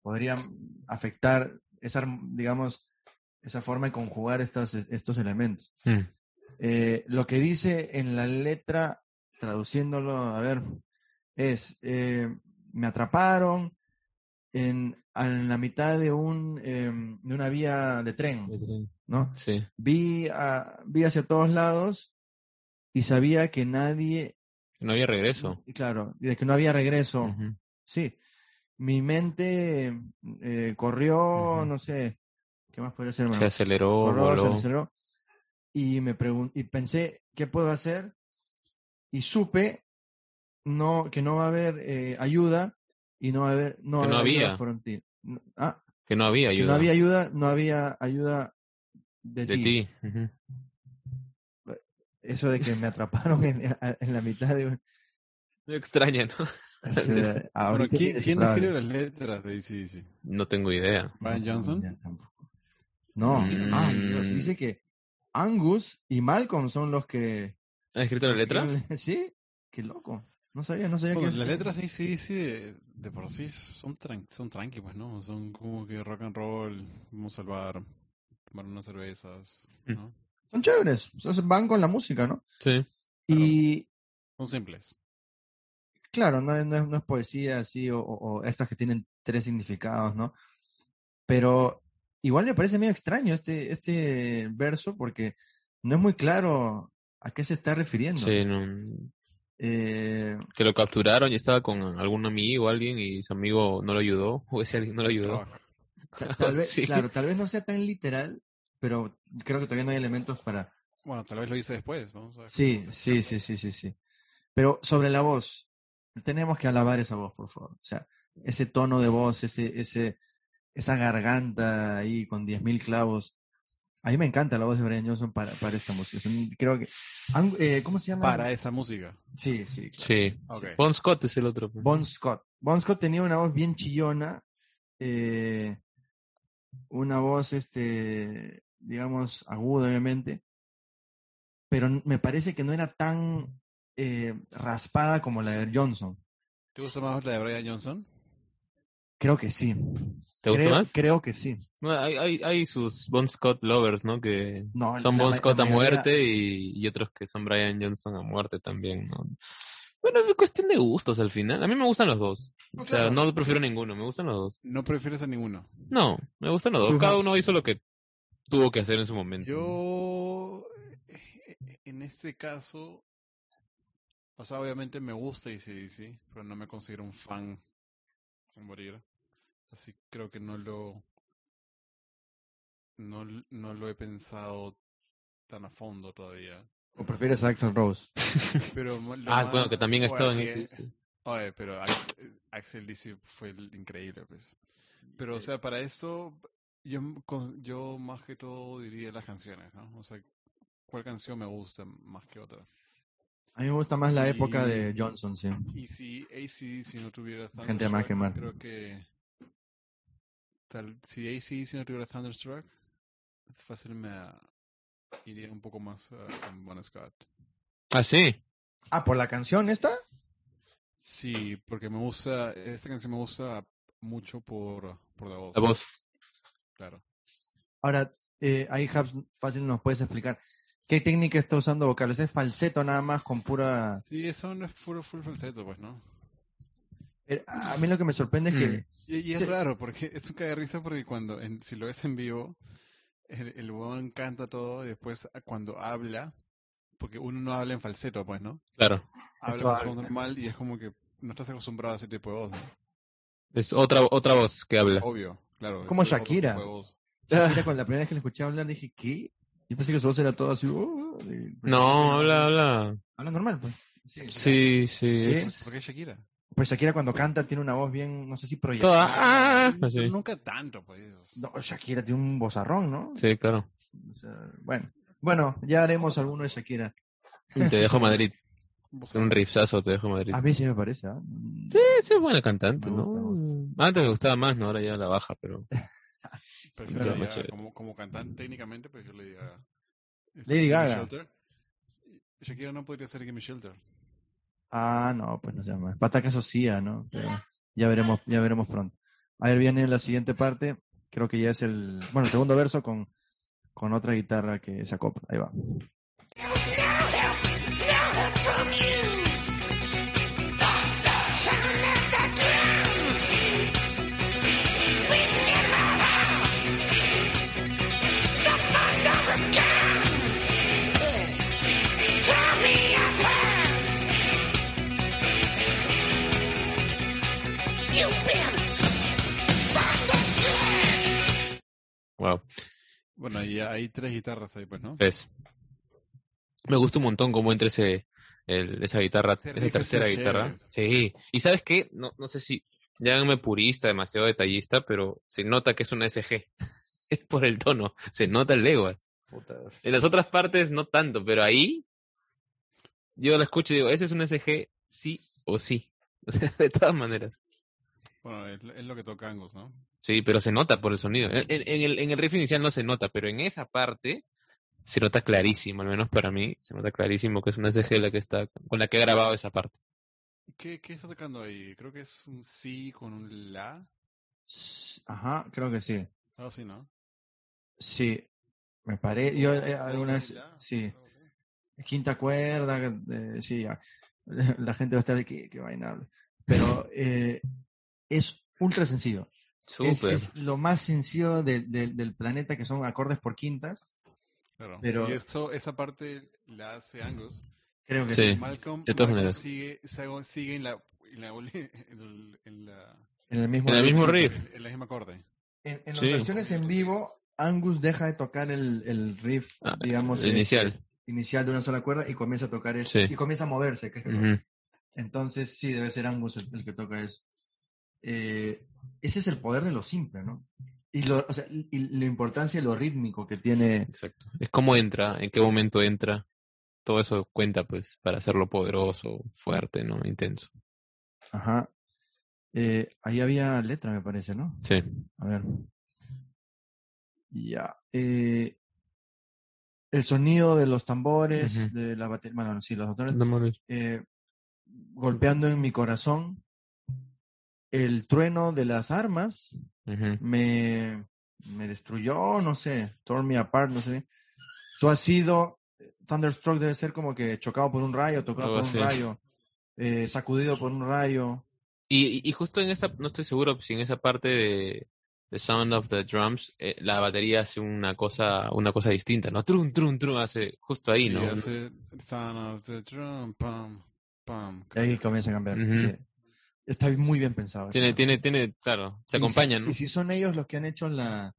podría afectar esa, arm- digamos, esa forma de conjugar estas, estos elementos. Mm. Eh, lo que dice en la letra, traduciéndolo, a ver, es, eh, me atraparon en, en la mitad de, un, em, de una vía de tren, Mm. ¿no? Sí. Vi, a- vi hacia todos lados y sabía que nadie, No había regreso. y claro, y de que no había regreso, Ujú. sí. Mi mente eh, corrió, Ujú. no sé, ¿qué más podría ser? Se hermano? aceleró, Corró, se voló. aceleró. Y me pregun- y pensé, ¿qué puedo hacer? Y supe no, que no va a haber eh, ayuda y no va a haber no, va Que a no haber ayuda había. por ti. No- ah, Que no había que ayuda. no había ayuda, no había ayuda de, de ti. ti. Ujú. Eso de que me atraparon en, en la mitad de un- Extraña, ¿no? es, eh, bueno ahorita quién, quién indescifrable. escribe las letras de ACDC? No tengo idea. Brian Johnson Ya, tampoco. No, Mm. ay, Dios, dice que Angus y Malcolm son los que ¿Ha escrito la letra? Sí, qué loco. No sabía, no sabía Bueno, que las letras de ACDC de, de por sí son tran son tranqui pues no son como que rock and roll vamos al bar tomar unas cervezas ¿no? Mm. son chéveres. o sea, van con la música, ¿no? Sí. Y son simples Claro, no es, no es, no es poesía así, o, o- o estas que tienen tres significados, ¿no? Pero igual me parece medio extraño este, este verso porque no es muy claro a qué se está refiriendo. Sí, no- Eh, que lo capturaron y estaba con algún amigo, alguien, y su amigo no lo ayudó, o ese alguien no lo ayudó. Trabaja. ta- tal vez, Sí. claro, tal vez no sea tan literal, pero creo que todavía no hay elementos para, Bueno, tal vez lo hice después. Vamos a ver Sí, cómo se sí, sí, sí, sí, sí. Pero sobre la voz, tenemos que alabar esa voz, por favor. O sea, ese tono de voz, ese, ese, esa garganta ahí con 10.000 clavos. A mí me encanta la voz de Brian Johnson para, para esta música. O sea, creo que... ang- eh, ¿Cómo se llama? Para esa música. Sí, sí. Sí. Ok. Bon Scott es el otro. pues. Bon Scott. Bon Scott tenía una voz bien chillona, eh, una voz, este, digamos, aguda, obviamente, pero n- me parece que no era tan eh, raspada como la de Johnson. ¿Te gusta más la de Brian Johnson? Creo que sí. ¿Te gusta creo, más? Creo que sí. No, hay, hay, hay sus Bon Scott lovers, ¿no? Que No, son la Bon ma- Scott la a mayoría- muerte y, y otros que son Brian Johnson a muerte también, ¿no? Bueno, es cuestión de gustos al final. A mí me gustan los dos. O sea, claro. no prefiero ninguno, me gustan los dos. No prefieres a ninguno. No, me gustan los dos. Tus Cada gustos. uno hizo lo que tuvo que hacer en su momento. Yo, eh, en este caso, o sea, obviamente me gusta ACDC, pero no me considero un fan a morir. Así creo que no lo, no, l- no lo he pensado tan a fondo todavía. ¿O prefieres a Axel Rose? Pero mo- lo Ah, más- bueno, que también ha estado en Oye, ese. sí. Oye, pero Ax- Axel Lizzy fue el increíble, pues. Pero, o sea, para eso, yo, m- con- yo más que todo diría las canciones, ¿no? O sea, ¿cuál canción me gusta más que otra? A mí me gusta más la época Y- de Johnson, sí. Y si ACDC no tuviera Thunderstruck, Gente más que más. creo que... Tal, si ACDC no tuviera Thunderstruck, fácil me ah, iría un poco más ah, con Bon Scott. Ah, sí. Ah, ¿por la canción esta? Sí, porque me gusta, esta canción me gusta mucho por, por la voz, La voz. claro. Ahora, eh, ahí Habs fácil nos puedes explicar. ¿Qué técnica está usando vocales? ¿Es falseto nada más con pura Sí, eso no es puro full falseto, pues, ¿no? Eh, A mí lo que me sorprende es Mm. que. Y, y es Sí. raro, porque es un cagarrisa porque cuando, en- si lo ves en vivo, el, el huevón canta todo y después a- cuando habla, porque uno no habla en falseto, pues, ¿no? Claro. Esto Habla con su habla. voz normal y es como que no estás acostumbrado a ese tipo de voz, ¿no? Es otra, otra voz que habla. Obvio, claro. Como es otro tipo Shakira. de voz. Ah. Mira, con la primera vez que le escuché hablar dije, ¿qué? Yo pensé que su voz era todo así. "Oh", y- No, habla, habla. Habla normal, pues. Sí. Sí, sí. Sí. es- ¿Por qué Shakira? Pues Shakira cuando canta tiene una voz bien, no sé si Toda. proyectada. Ah, Pero sí. Nunca tanto, pues. No, Shakira tiene un vozarrón, ¿no? Sí, claro. O sea, bueno. Bueno, ya haremos alguno de Shakira. Te dejo Madrid. Vos- Un ripsazo, te dejo Madrid. A mí sí me parece, ¿ah? Sí, sí, es buena cantante, Me gusta, me ¿no? gusta. Antes me gustaba más, ¿no? Ahora ya la baja, pero. prefiero Pero ya, macho- como, como cantante técnicamente, pues yo le este, diga. Lady Gaga. Shakira no podría ser Gimme Shelter. Ah, no, pues no se llama. Pataca socia, ¿no? Pero ya veremos, ya veremos pronto. A ver, viene la siguiente parte. Creo que ya es el, bueno, el segundo verso con, con otra guitarra que se acopla. Ahí va. You've been thunderstruck. Wow. Bueno, y hay tres guitarras ahí, pues, ¿no? Es. Me gusta un montón cómo entra ese, el- esa guitarra, Ese esa riff tercera es guitarra. Sí. Y sabes qué, no, no sé si llámame purista, demasiado detallista, pero se nota que es una SG. Es por el tono, se nota en leguas. En las otras partes no tanto, pero ahí yo la escucho y digo, ese es un SG sí o sí. O sea, de todas maneras. Bueno, es, es lo que toca Angus, ¿no? Sí, pero se nota por el sonido. En, en- en el, en el riff inicial no se nota, pero en esa parte se nota clarísimo, al menos para mí, se nota clarísimo que es una SG la que está, con la que he grabado esa parte. ¿Qué, qué está tocando ahí? Creo que es un si con un la. Ajá, creo que sí. Algo así, ¿no? Sí. Me parece, yo eh, ¿Un alguna si, vez, la? sí. Quinta cuerda, eh, sí. ah. La gente va a estar aquí, qué vaina hable. Pero eh, es ultra sencillo. Es, Súper. es lo más sencillo de- de- del planeta que son acordes por quintas. Claro. Pero- Y eso, esa parte la hace Angus. Creo que Sí. sí. Malcolm, de todas Malcolm maneras. sigue, sigue- sigue en la, en la, en en la- En el mismo, En el mismo riff. en la misma acorde. En, en las Sí. versiones en vivo, Angus deja de tocar el, el riff, Ah, digamos, el eh, inicial. inicial de una sola cuerda y comienza a tocar eso. Sí. Y comienza a moverse, creo. Ujú. Entonces, sí, debe ser Angus el, el que toca eso. Eh, ese es el poder de lo simple, ¿no? Y, lo, o sea, y- y la importancia de lo rítmico que tiene. Exacto. Es cómo entra, en qué momento entra. Todo eso cuenta, pues, para hacerlo poderoso, fuerte, ¿no? Intenso. Ajá. Eh, ahí había letra, me parece, ¿no? Sí. A ver. Ya. eh, el sonido de los tambores, Ujú. de la batería. Bueno, sí, los tambores. No mames. eh, golpeando en mi corazón. El trueno de las armas Ujú. me, me destruyó, no sé. Tore me apart, no sé. Tú has sido. eh, Thunderstruck debe ser como que chocado por un rayo, tocado Algo por un así. rayo, eh, sacudido por un rayo. Y, y- y justo en esta, no estoy seguro si en esa parte de The Sound of the Drums, eh, la batería hace una cosa, una cosa distinta, ¿no? Trum, trum, trum, hace justo ahí, Y ¿no? hace Son of the Drum, pam, pam. Y ahí comienza a cambiar. Ujú. sí. Está muy bien pensado. Tiene, chicos. tiene, tiene, claro, se Y si- acompañan, Y si son ellos los que han hecho la,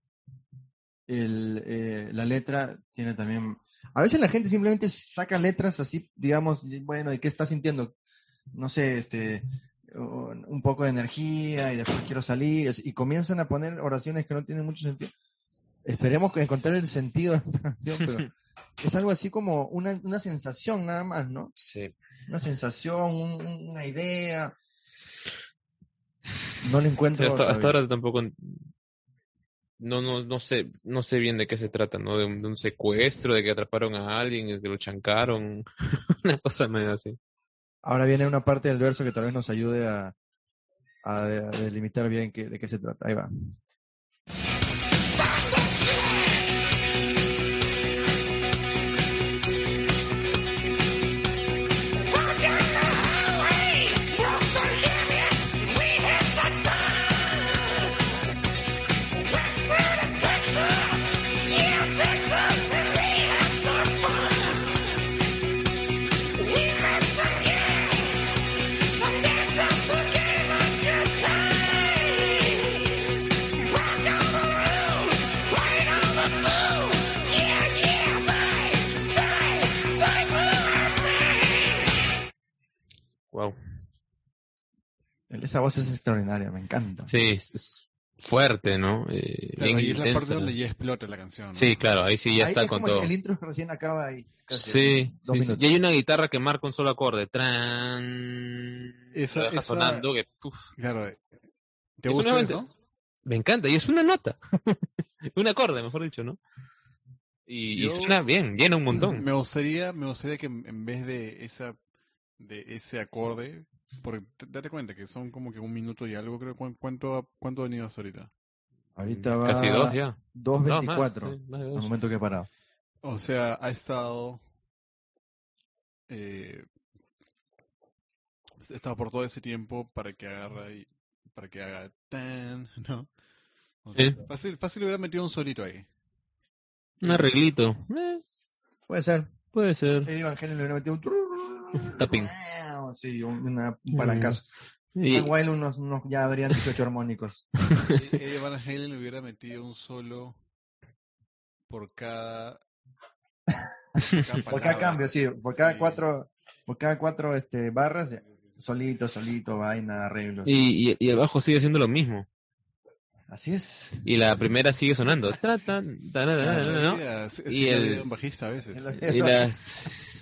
el, eh, la letra, tiene también... A veces la gente simplemente saca letras así, digamos, y bueno, ¿y qué está sintiendo? No sé, este o- un poco de energía y después quiero salir así, y comienzan a poner oraciones que no tienen mucho sentido. Esperemos que encontrar el sentido de esta canción, pero es algo así como una, una sensación nada más, ¿no? Sí. una sensación, un- un- una idea. No le encuentro. hasta, hasta todavía. ahora tampoco no, no, no sé, no sé bien de qué se trata, ¿no? De un, de un secuestro, de que atraparon a alguien, de que lo chancaron, una cosa medio así. Ahora viene una parte del verso que tal vez nos ayude a, a de- a delimitar bien qué- de qué se trata. Ahí va. Wow. Esa voz es extraordinaria, me encanta. Sí, es, es fuerte, ¿no? Eh, Claro, bien y es la parte intensa. donde ya explota la canción. ¿no? Sí, claro, ahí sí ya Ahí está es con como todo. El intro recién acaba ahí. casi, Sí, dos sí, sí. minutos. y hay una guitarra que marca un solo acorde. Tran. Esa- Lo deja esa- sonando que, puf, Claro. eh, ¿Te Es gusta una eso? me encanta. Y es una nota. un acorde, mejor dicho, ¿no? Y, y Yo- suena bien, llena un montón. Me gustaría, me gustaría que en en vez de esa de ese acorde, porque te- date cuenta que son como que un minuto y algo, creo. ¿Cuán- ¿Cuánto, ha- cuánto ha venido hasta ahorita? Ahorita va. Casi dos ya. Dos más, 2.24. sí, más de Al dos. momento que he parado. O sea, ha estado. Eh, ha estado por todo ese tiempo para que agarra y. para que haga tan, ¿no? O sea, Sí. fácil, fácil le hubiera metido un solito ahí. Un arreglito. Eh, Puede ser. puede ser. Eddie Van Halen le hubiera metido un. tru- Tapping. Sí, un, una- un palancazo. Y- Tan guay, unos, unos ya habrían 18 armónicos. Eddie E-, Van Halen le hubiera metido un solo por cada. Por cada, Por cada palabra. cambio, sí, por cada Sí. cuatro, por cada cuatro este, barras, solito, solito, vaina, arreglos. y, y- y el bajo sigue siendo lo mismo. Así es. Y la primera sigue sonando. Ta, ta, ta, na, na, na, na, Eh, ¿no? Mira, es- es Y el el- un bajista a veces. Así es la- Y las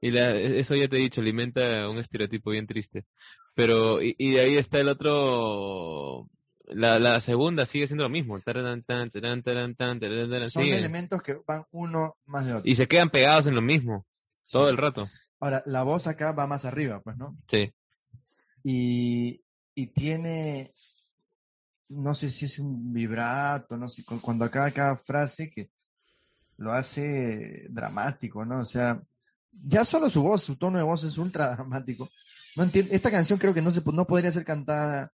y la, eso ya te he dicho, alimenta un estereotipo bien triste. Pero, y, y de ahí está el otro. La, la segunda sigue siendo lo mismo. Tararán, tan, tararán, tararán, tan, tararán, tararán, Son sigue. elementos que van uno más de otro. Y se quedan pegados en lo mismo, Sí. todo el rato. Ahora, la voz acá va más arriba, pues, ¿no? Sí. Y, y tiene, no sé si es un vibrato, no sé, cu- cuando acaba cada frase que lo hace dramático, ¿no? O sea, ya solo su voz, su tono de voz es ultra dramático. No entiendo, esta canción creo que no, se, po- no podría ser cantada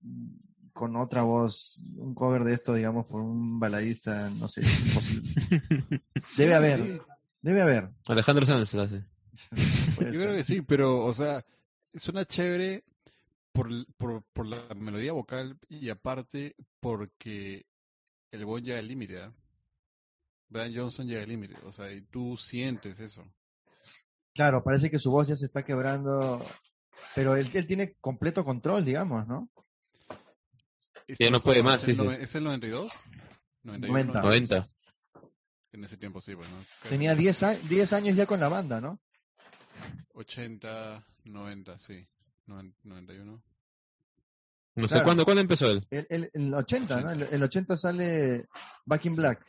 mm, con otra voz, un cover de esto, digamos, por un baladista, no sé, es imposible. Debe haber, Sí, debe haber. Alejandro Sanz la hace. Puede Yo ser. creo que sí, pero, o sea, suena chévere por, l- por, por la melodía vocal y aparte porque el buen llega al límite. ¿ah? Brian Johnson llega al límite, o sea, y tú sientes eso. Claro, parece que su voz ya se está quebrando, pero él, él tiene completo control, digamos, ¿no? Esto Ya no es- puede más, ¿Es el, dices. noven- ¿es el 92? 91, 90. 90. En ese tiempo sí, pues, bueno. Tenía 10, a- 10 años ya con la banda, ¿no? 80, 90, sí. Noven- 91. No sé Claro. cuándo, ¿cuándo empezó él. El, el, el 80, ¿no? El, el 80 sale Back in Black.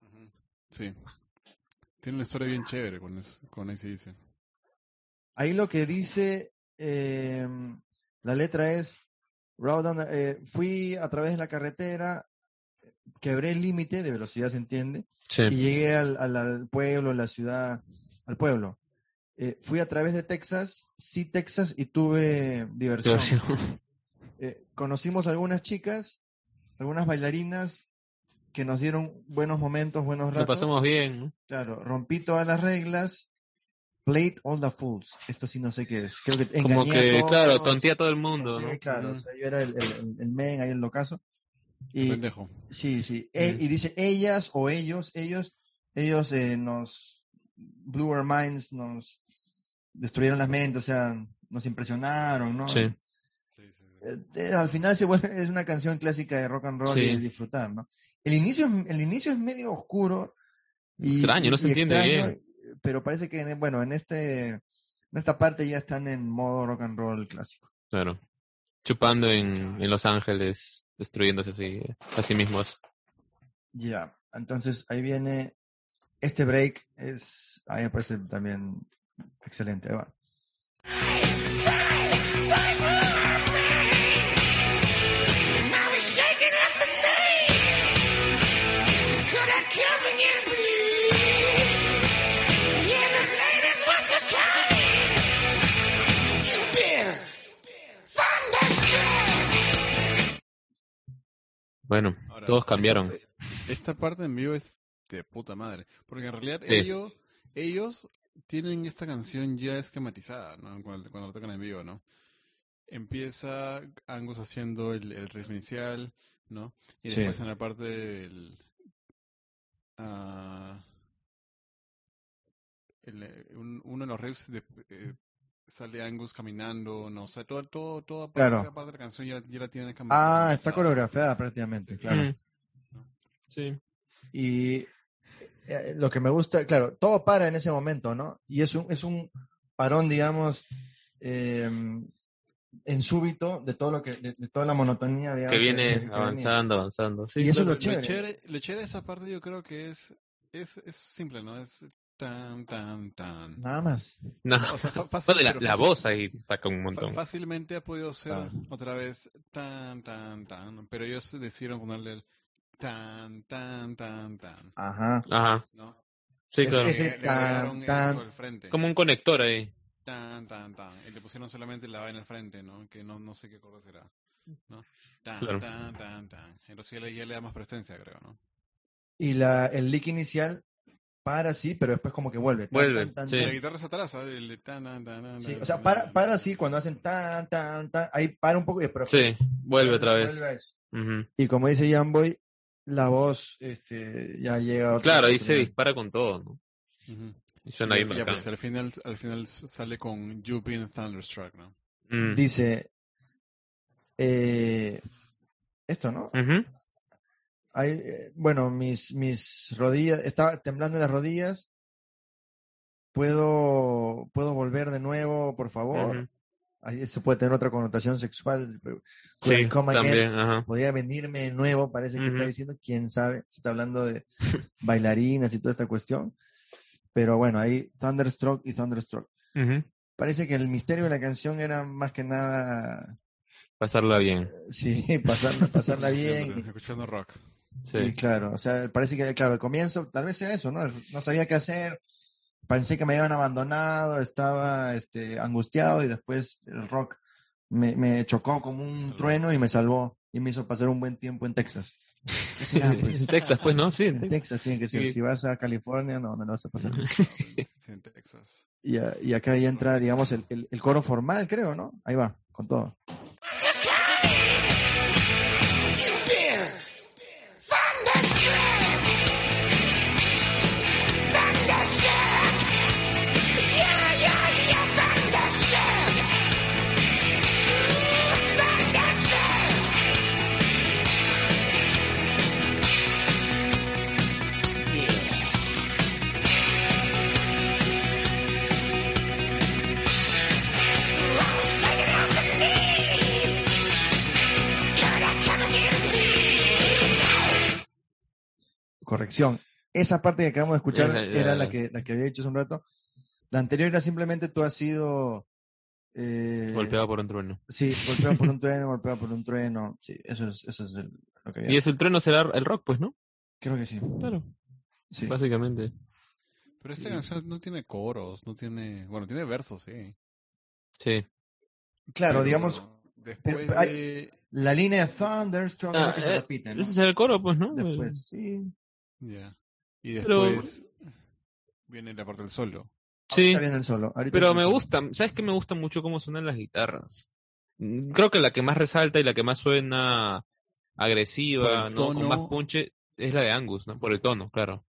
Ujú. Sí. Tiene una historia bien chévere con, es- con dice Ahí lo que dice eh, la letra es, "Rode on the- eh, fui a través de la carretera, quebré el límite de velocidad, se entiende, y Sí. llegué al, al- al pueblo, la ciudad, al pueblo. Eh, fui a través de Texas, sí Texas, y tuve diversión. Eh, conocimos algunas chicas, algunas bailarinas que nos dieron buenos momentos, buenos ratos. Lo pasamos bien. ¿no? Claro, rompí todas las reglas. Played all the fools. Esto sí no sé qué es. Creo que engañé Como a que, todos. claro, tontea a todo el mundo. Sí, ¿no? claro, o Mm. sea, yo era el, el- el- el men ahí en lo caso. El Y pendejo. sí, sí. E- y dice ellas o ellos, ellos, ellos eh, nos blew our minds, nos destruyeron las mentes, o sea, nos impresionaron, ¿no? Sí. Eh, eh, al final se vuelve, es una canción clásica de rock and roll Sí. y de disfrutar, ¿no? El inicio, es- el inicio es medio oscuro. Y, Extraño, no se y entiende Pero parece que, en- bueno, en este en esta parte ya están en modo rock and roll clásico. Claro. Chupando en, en Los Ángeles, destruyéndose así, a sí mismos. Ya, entonces ahí viene este break, es, ahí me parece también excelente. Ahí va. Bueno, Ahora, todos esta cambiaron. parte- Esta parte en vivo es de puta madre. Porque en realidad Sí. ellos, ellos tienen esta canción ya esquematizada, ¿no? Cuando, cuando la tocan en vivo, ¿no? Empieza Angus haciendo el, el riff inicial, ¿no? Y Sí. después en la parte del... ah, el, eh, un- uno de los riffs de- eh, sale Angus caminando, ¿no? O sea, todo, todo, toda parte, Claro. cada parte de la canción ya, ya la tienen esquematizada. Ah, está coreografiada prácticamente, Sí. claro. Mm. Sí. Y eh, lo que me gusta, claro, todo para en ese momento, ¿no? Y es un, es un parón, digamos, eh, en súbito de todo lo que, de, de toda la monotonía, digamos. Que viene venía. avanzando, avanzando. Sí, Y eso claro. lo chévere. lo chévere de esa parte yo creo que es, es, es simple, ¿no? Es tan, tan, tan. Nada más. No. O sea, fa- fácil, Bueno, la, pero la fácil- voz ahí destaca un fa- montón. Fácilmente ha podido ser Ah. otra vez tan, tan, tan. Pero ellos decidieron ponerle el tan, tan, tan, tan. Ajá. Ajá. ¿No? Sí, Es- claro. es- Ese Le- le tan, agregaron eso tan. al frente. Como un conector ahí. Tan, tan, tan. Y le pusieron solamente la vaina al frente, ¿no? Que no, no sé qué cosa será. ¿No? Tan, Claro. tan, tan, tan. Entonces ya le, ya le da más presencia, creo, ¿no? Y la, el lick inicial para sí, pero después como que vuelve. Tan, Vuelve, tan, tan, sí. Y La tan. guitarra se atrasa, el tan, tan, tan, tan, Sí, tan, O sea, tan, para, tan. para sí cuando hacen tan, tan, tan. Ahí para un poco y pero Sí, vuelve otra vez. vuelve a eso. Ujú. Y como dice Jamboy, la voz este, ya llega a otro Claro, ahí se nivel. dispara con todo, ¿no? Ujú. Y suena bien Y ya, bacán. pues, al final, al final sale con You Being Thunderstruck, ¿no? Mm. dice eh, esto, ¿no? Ujú. Ahí, eh, bueno, mis, mis rodillas, estaba temblando en las rodillas. ¿Puedo, ¿Puedo volver de nuevo, por favor? Ujú. Ahí se puede tener otra connotación sexual. pero- Could I Sí, come again? también, ajá. Podría venirme de nuevo, parece que está Ujú. diciendo, quién sabe, se está hablando de bailarinas y toda esta cuestión. Pero bueno, ahí Thunderstruck y Thunderstruck. Ujú. Parece que el misterio de la canción era más que nada, eh, Pasarla bien. sí, pasarla, pasarla bien. Siempre, escuchando rock. Y Sí. claro, o sea, parece que, claro, al comienzo tal vez era eso, ¿no? No sabía qué hacer, pensé que me habían abandonado, estaba este, angustiado y después el rock me, me chocó como un Salvó. trueno y me salvó y me hizo pasar un buen tiempo en Texas. ¿Qué será, pues? En Texas, pues, ¿no? Sí, en En Texas. Texas tiene que ser, Sí. si vas a California, no, no lo vas a pasar. en Texas. Y, a- y acá ya entra, digamos, el, el- el coro formal, creo, ¿no? Ahí va, con todo. You've been thunderstruck, thunderstruck. Yeah, yeah, yeah, thunderstruck, thunderstruck. Yeah. I was shaking out the knees. Can I come again, please? Corrección. Esa parte que acabamos de escuchar Era- era- era la que, la que había dicho hace un rato. La anterior era simplemente tú has sido... eh, Golpeado por un trueno. Sí, golpeado por un trueno, golpeado por un trueno. Sí, eso es, eso es el- lo que había. Y es el trueno será el rock, pues, ¿no? Creo que sí. Claro, sí. Pues, básicamente. Pero esta canción no tiene coros, no tiene. Bueno, tiene versos, sí. Sí. Claro, Pero digamos, Después pero hay- de. la línea de Thunderstruck es Ah, la que se eh, repite, ¿no? Ese será el coro, pues, ¿no? Después, sí. Ya. Y Pero- después. Viene la parte del solo. Sí. Está bien el solo. ahorita Pero está me bien. gusta, ¿sabes qué? Me gusta mucho cómo suenan las guitarras. Mm, Creo que la que más resalta y la que más suena agresiva, Por el ¿no? Con tono. más punche, es la de Angus, ¿no? Por el tono, claro.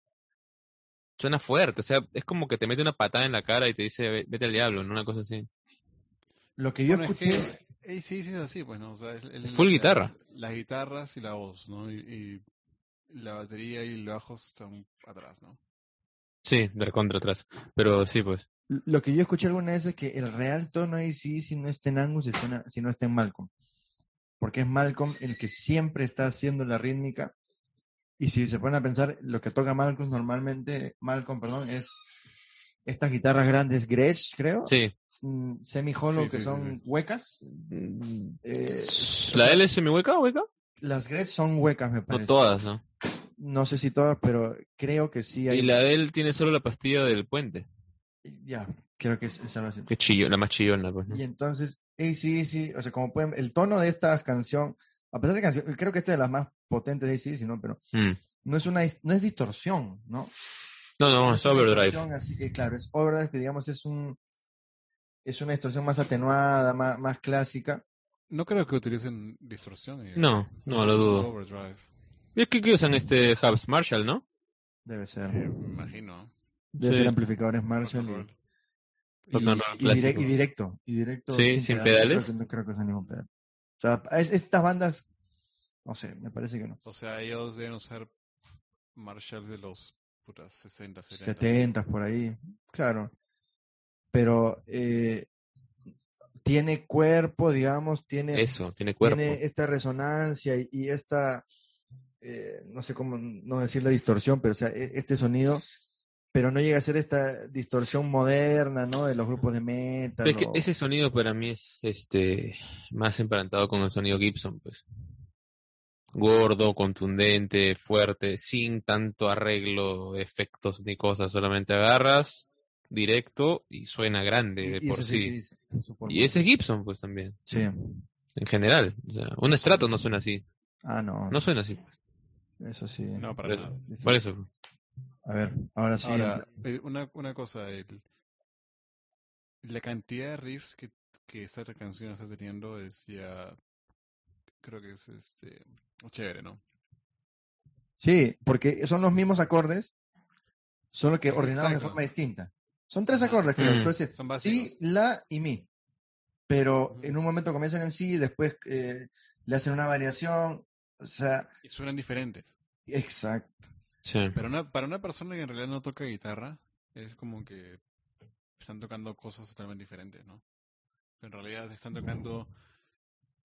Suena fuerte, o sea, es como que te mete una patada en la cara y te dice, "Ve- vete al diablo, ¿no? Una cosa así. Lo que yo Bueno, es escuché, que sí, es así, pues, ¿no? O sea, es- es Full la- guitarra. Las guitarras y la voz, ¿no? Y, y la batería y el bajo están atrás, ¿no? Sí, del contra atrás. Pero sí, pues. lo que yo escuché alguna vez es que el real tono ahí sí, si no está en Angus, si suena- si no está en Malcolm. Porque es Malcolm el que siempre está haciendo la rítmica. Y si se ponen a pensar, lo que toca Malcolm normalmente, Malcolm, perdón, es estas guitarras grandes, Gretsch, creo. Sí. mm, semi-hollow Sí, que sí, sí, son sí. huecas. Mm, Eh, ¿La L es semihueca o hueca? las Gretsch son huecas, me parece. No todas, ¿no? No sé si todas, pero creo que sí hay. Y la de él tiene solo la pastilla del puente, Ya, creo que es, es algo así. que es chillo, la más chillona, pues. ¿no? Y entonces, sí o sea, como pueden, el tono de esta canción, a pesar de que canción- creo que esta es de las más potentes de AC/DC, ¿no? Pero Mm. no es una, dis- no es distorsión, ¿no? No, no, es una overdrive. distorsión, Así que claro, es overdrive, que digamos es un, es una distorsión más atenuada, más, más clásica. No creo que utilicen distorsión. y- No, no lo dudo. Overdrive. ¿Y qué, qué usan este Hubs Marshall, no? Debe ser. Eh, me imagino. Debe Sí. ser amplificadores Marshall. y- Y, Rock and y roll direc- clásico. y directo, y directo. Sí, sin pedales. Creo que, no creo que usen ningún pedal. O sea, es- estas bandas, no sé, me parece que no. O sea, ellos deben usar Marshall de los putas 60, 70. 70 por ahí, claro. Pero eh, tiene cuerpo, digamos, tiene, Eso, tiene cuerpo. tiene esta resonancia y, y esta, eh, no sé cómo no decir la distorsión, pero o sea, e- este sonido, pero no llega a ser esta distorsión moderna, ¿no? De los grupos de metal. Pero es que o- ese sonido para mí es este más emparentado con el sonido Gibson, pues. Gordo, contundente, fuerte, sin tanto arreglo, efectos ni cosas, solamente agarras directo y suena grande de y- y por eso sí. sí, en su forma. Y ese es Gibson, pues también, Sí. en general. O sea, un estrato no suena así, Ah, no, no suena así. Eso sí. No, para Pero- nada. Por eso, A ver, ahora sí. Ahora, eh, una, una cosa, el- la cantidad de riffs que, que esta canción está teniendo es ya, creo que es este, chévere, ¿no? Sí, porque son los mismos acordes, solo que ordenados de Exacto. forma distinta. Son tres Ajá. acordes, creo. Mm. Entonces, Son básicos. sí, la y mi. Pero Ujú. en un momento comienzan en sí, después eh, le hacen una variación. O sea, Y suenan diferentes. exacto. sí. Pero una, para una persona que en realidad no toca guitarra, es como que están tocando cosas totalmente diferentes, ¿no? En realidad están tocando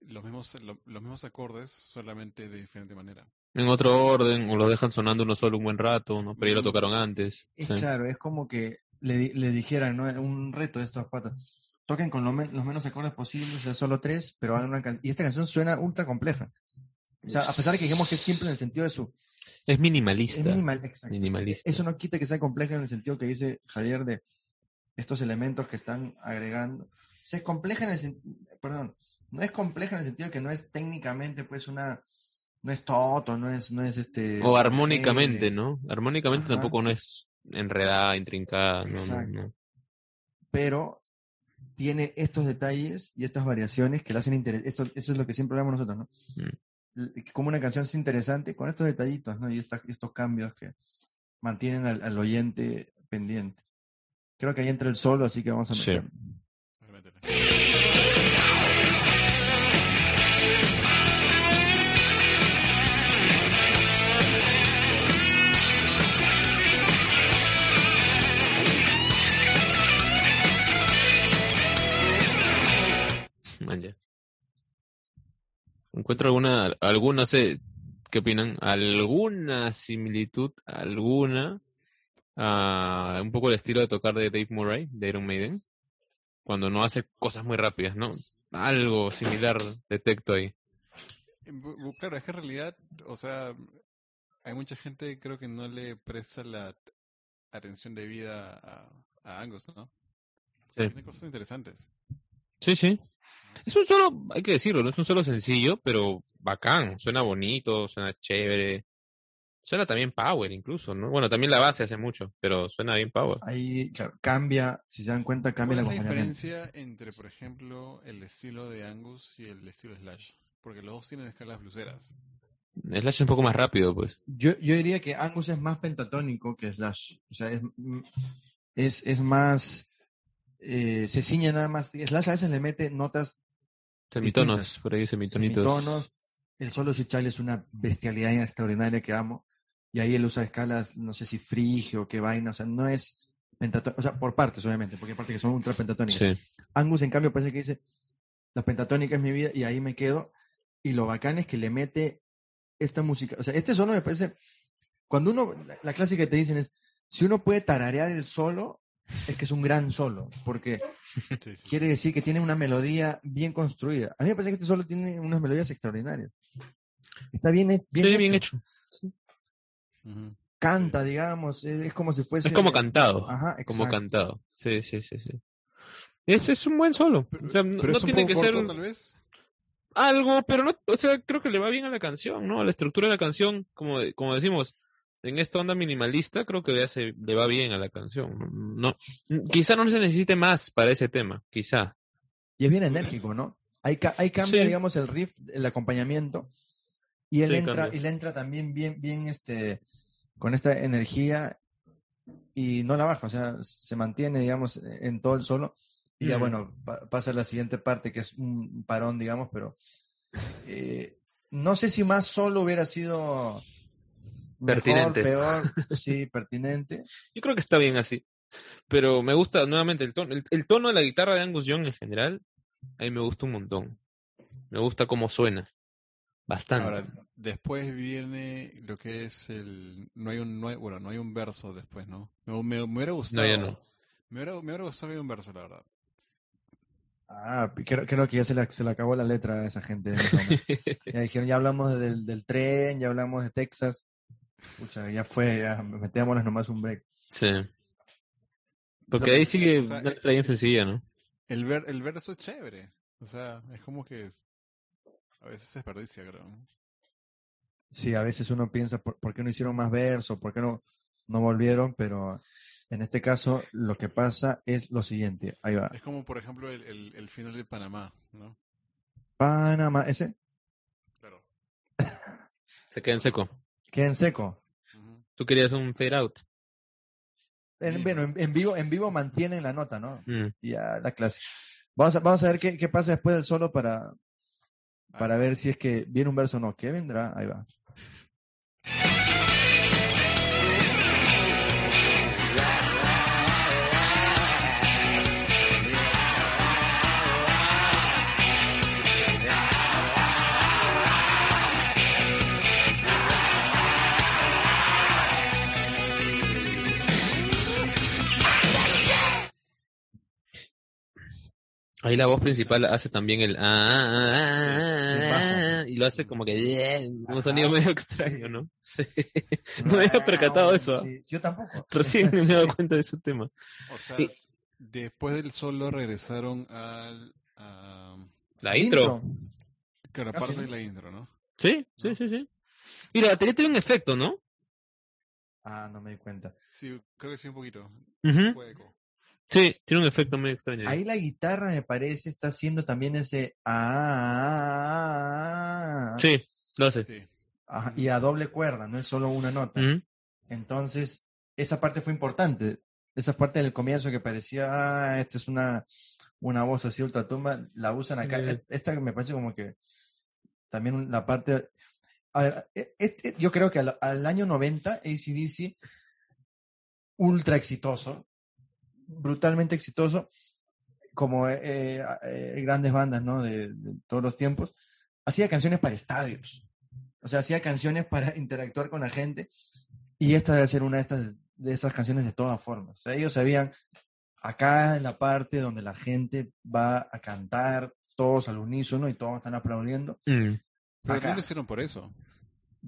los mismos, lo- los mismos acordes, solamente de diferente manera. en otro orden, o lo dejan sonando uno solo un buen rato, ¿no? Pero ya lo Mm. tocaron antes. Es sí. claro, es como que le, di- le dijeran, ¿no? Un reto de estos patas. Toquen con lo men- los menos acordes posibles, o sea, solo tres, pero hagan una can- Y esta canción suena ultra compleja. O sea, a pesar de que dijimos que es simple en el sentido de su, Es Es minimalista. minimal, exacto. Minimalista. Eso no quita que sea compleja en el sentido que dice Javier de estos elementos que están agregando. O sea, es compleja en el sen- perdón, no es compleja en el sentido que no es técnicamente pues una no es toto, no es no es este O armónicamente, eh, ¿no? Armónicamente Ajá. tampoco no es enredada, intrincada. No, no, Exacto. no. pero tiene estos detalles y estas variaciones que la hacen interesante. Eso, eso es lo que siempre hablamos nosotros, ¿no? Mm. L- Como una canción es interesante con estos detallitos, ¿no? Y estas- estos cambios que mantienen al, al oyente pendiente. Creo que ahí entra el solo, así que vamos a Sí. meterlo. A ver, métele. Man, ya. Encuentro alguna, alguna, no sé, ¿qué opinan? ¿Alguna similitud, alguna, a un poco el estilo de tocar de Dave Murray, de Iron Maiden? Cuando no hace cosas muy rápidas, ¿no? Algo similar detecto ahí. Eh, bu- bu- Claro, es que en realidad, o sea, hay mucha gente que creo que no le presta la t- atención debida a, a Angus, ¿no? Sí. Tiene cosas interesantes. Sí, sí. Es un solo, hay que decirlo, no es un solo sencillo, pero bacán. Suena bonito, suena chévere. Suena también power incluso, ¿no? Bueno, también la base hace mucho, pero suena bien power. Ahí, claro, cambia, si se dan cuenta, cambia el ¿Cuál es la acompañamiento. diferencia entre, por ejemplo, el estilo de Angus y el estilo de Slash? Porque los dos tienen escalas bluseras. Slash es un poco más rápido, pues. Yo, yo diría que Angus es más pentatónico que Slash. O sea, es, mm, es, es más. eh, se ciña nada más. Slash a veces le mete notas Semitonos, Distintas. por ahí semitonitos. semitonos. El solo Suchal es una bestialidad extraordinaria que amo. Y ahí él usa escalas, no sé si frigio o qué vaina. O sea, no es pentatónico. O sea, por partes, obviamente, porque hay partes que son ultra pentatónicas. Sí. Angus, en cambio, parece que dice, la pentatónica es mi vida y ahí me quedo. Y lo bacán es que le mete esta música. O sea, este solo me parece, cuando uno, la, la clásica que te dicen es, si uno puede tararear el solo, es que es un gran solo, porque Sí, sí. quiere decir que tiene una melodía bien construida. A mí me parece que este solo tiene unas melodías extraordinarias. Está bien, he- bien, sí, hecho. bien hecho. Ujú. Canta, digamos, es, es como si fuese... Es como cantado. Ah, Ajá, como exacto. cantado. Sí, sí, sí, sí. Ese es un buen solo. O sea, no, Pero no es un tiene que poco ser corto, tal vez. algo, pero no, o sea, creo que le va bien a la canción, ¿no? A la estructura de la canción, como, como decimos, en esta onda minimalista, creo que le, hace, le va bien a la canción. No, quizá no se necesite más para ese tema, quizá. Y es bien enérgico, ¿no? Ahí, ca- ahí cambia, Sí. digamos, el riff, el acompañamiento. Y él Sí, entra, cambia. él entra también bien, bien, este, con esta energía y no la baja, o sea, se mantiene, digamos, e-, en todo el solo. Y ya, Mm. bueno, pa- pasa a la siguiente parte, que es un parón, digamos, pero eh, no sé si más solo hubiera sido mejor, Pertinente. peor, sí, pertinente. Yo creo que está bien así. Pero me gusta nuevamente el tono. El, el tono de la guitarra de Angus Young en general, a mí me gusta un montón. Me gusta cómo suena. Bastante. Ahora, después viene lo que es el... No hay un, no hay- bueno, no hay un verso después, ¿no? Me, me- me hubiera no, gustado... ya no. Me hubiera, me hubiera gustado que haya un verso, la verdad. Ah, creo, creo que ya se le, se le acabó la letra a esa gente. de esa onda. ya dijeron, ya hablamos del, del tren, ya hablamos de Texas. Pucha, ya fue, ya metámonos nomás un break. Sí. Porque No, ahí sigue o sea, una eh, letra bien sencilla, ¿no? El, ver, el verso es chévere. O sea, es como que a veces se desperdicia, creo. ¿no? Sí, a veces uno piensa, ¿por, por qué no hicieron más versos? ¿Por qué no, no volvieron? Pero en este caso, lo que pasa es lo siguiente. Ahí va. Es como, por ejemplo, el, el, el final de Panamá, ¿no? Panamá, ese, Claro. Se queda en seco. queda en seco. Ujú. Tú querías un fade out. En, Sí. bueno, en, en vivo, en vivo mantienen la nota, ¿no? Mm. Ya, la clase. Vamos a, vamos a ver qué, qué pasa después del solo para, para ver si es que viene un verso o no. ¿Qué vendrá? Ahí va. Ahí la voz principal hace también el. ah, ah, ah, ah, Sí, bien bajo. y lo hace como que un sonido Ajá. medio extraño, ¿no? Sí. No Ah, me había percatado bueno, eso. sí, yo tampoco. Recién me he Sí. dado cuenta de ese tema. O sea, Sí. después del solo regresaron al. a- La intro. Ah, claro, Casi, aparte ¿no? de la intro, ¿no? Sí, sí, sí, sí. Y la batería tiene un efecto, ¿no? Ah, no me di cuenta. Sí, creo que sí, un poquito. Ujú. Hueco. Sí, tiene un efecto medio extraño. Ahí la guitarra, me parece, está haciendo también ese. Ah, Sí, lo hace. Mm, Sí. Ajá, y a doble cuerda, no es solo una nota. Ujú. Entonces, esa parte fue importante. Esa parte del comienzo que parecía, ah, esta es una, una voz así ultratumba, la usan acá. e-, Eh. Esta me parece como que también un- la parte... a ver, e- este- yo creo que al, al año 90, ACDC, ultra exitoso, brutalmente exitoso, como eh, eh, eh, grandes bandas ¿no? de, de todos los tiempos, hacía canciones para estadios. O sea, hacía canciones para interactuar con la gente y esta debe ser una de, estas, de esas canciones de todas formas. O sea, ellos sabían, acá es la parte donde la gente va a cantar, todos al unísono y todos están aplaudiendo. Mm. Pero Acá. no lo hicieron por eso.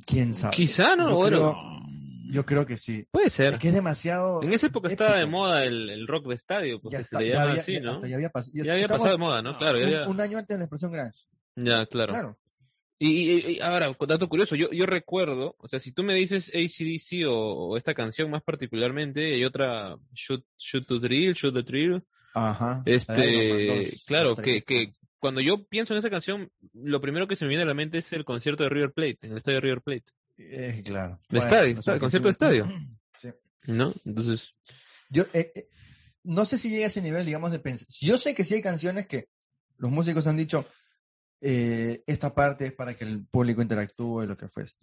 ¿Quién sabe? Quizá no, Yo bueno, creo- Yo creo que sí. puede ser. Es que es demasiado... En esa época estaba de épico. moda el, el rock de estadio, porque Ya, se está, le ya llama había, así, ya- ¿no? hasta ya había, pas- ya- Ya había estamos pasado de moda, ¿no? Claro, ya un, había- un año antes de la expresión grunge. ya, claro. Claro. Y, y- y ahora, cu- dato curioso, yo, yo recuerdo, o sea, si tú me dices ACDC o, o esta canción más particularmente, hay otra, Shoot, shoot to Drill, Shoot the Drill, Ajá. Este, La de Iron Man dos, claro, los tres. que- que- cuando yo pienso en esa canción, lo primero que se me viene a la mente es el concierto de River Plate, en el estadio de River Plate, Eh, claro. De Bueno, estadio, los argentinos- concierto de estadio. Sí. ¿no? Entonces, Yo eh, eh, no sé si llega a ese nivel, digamos, de pensar. Yo sé que sí hay canciones que los músicos han dicho, eh, esta parte es para que el público interactúe, lo que fuese.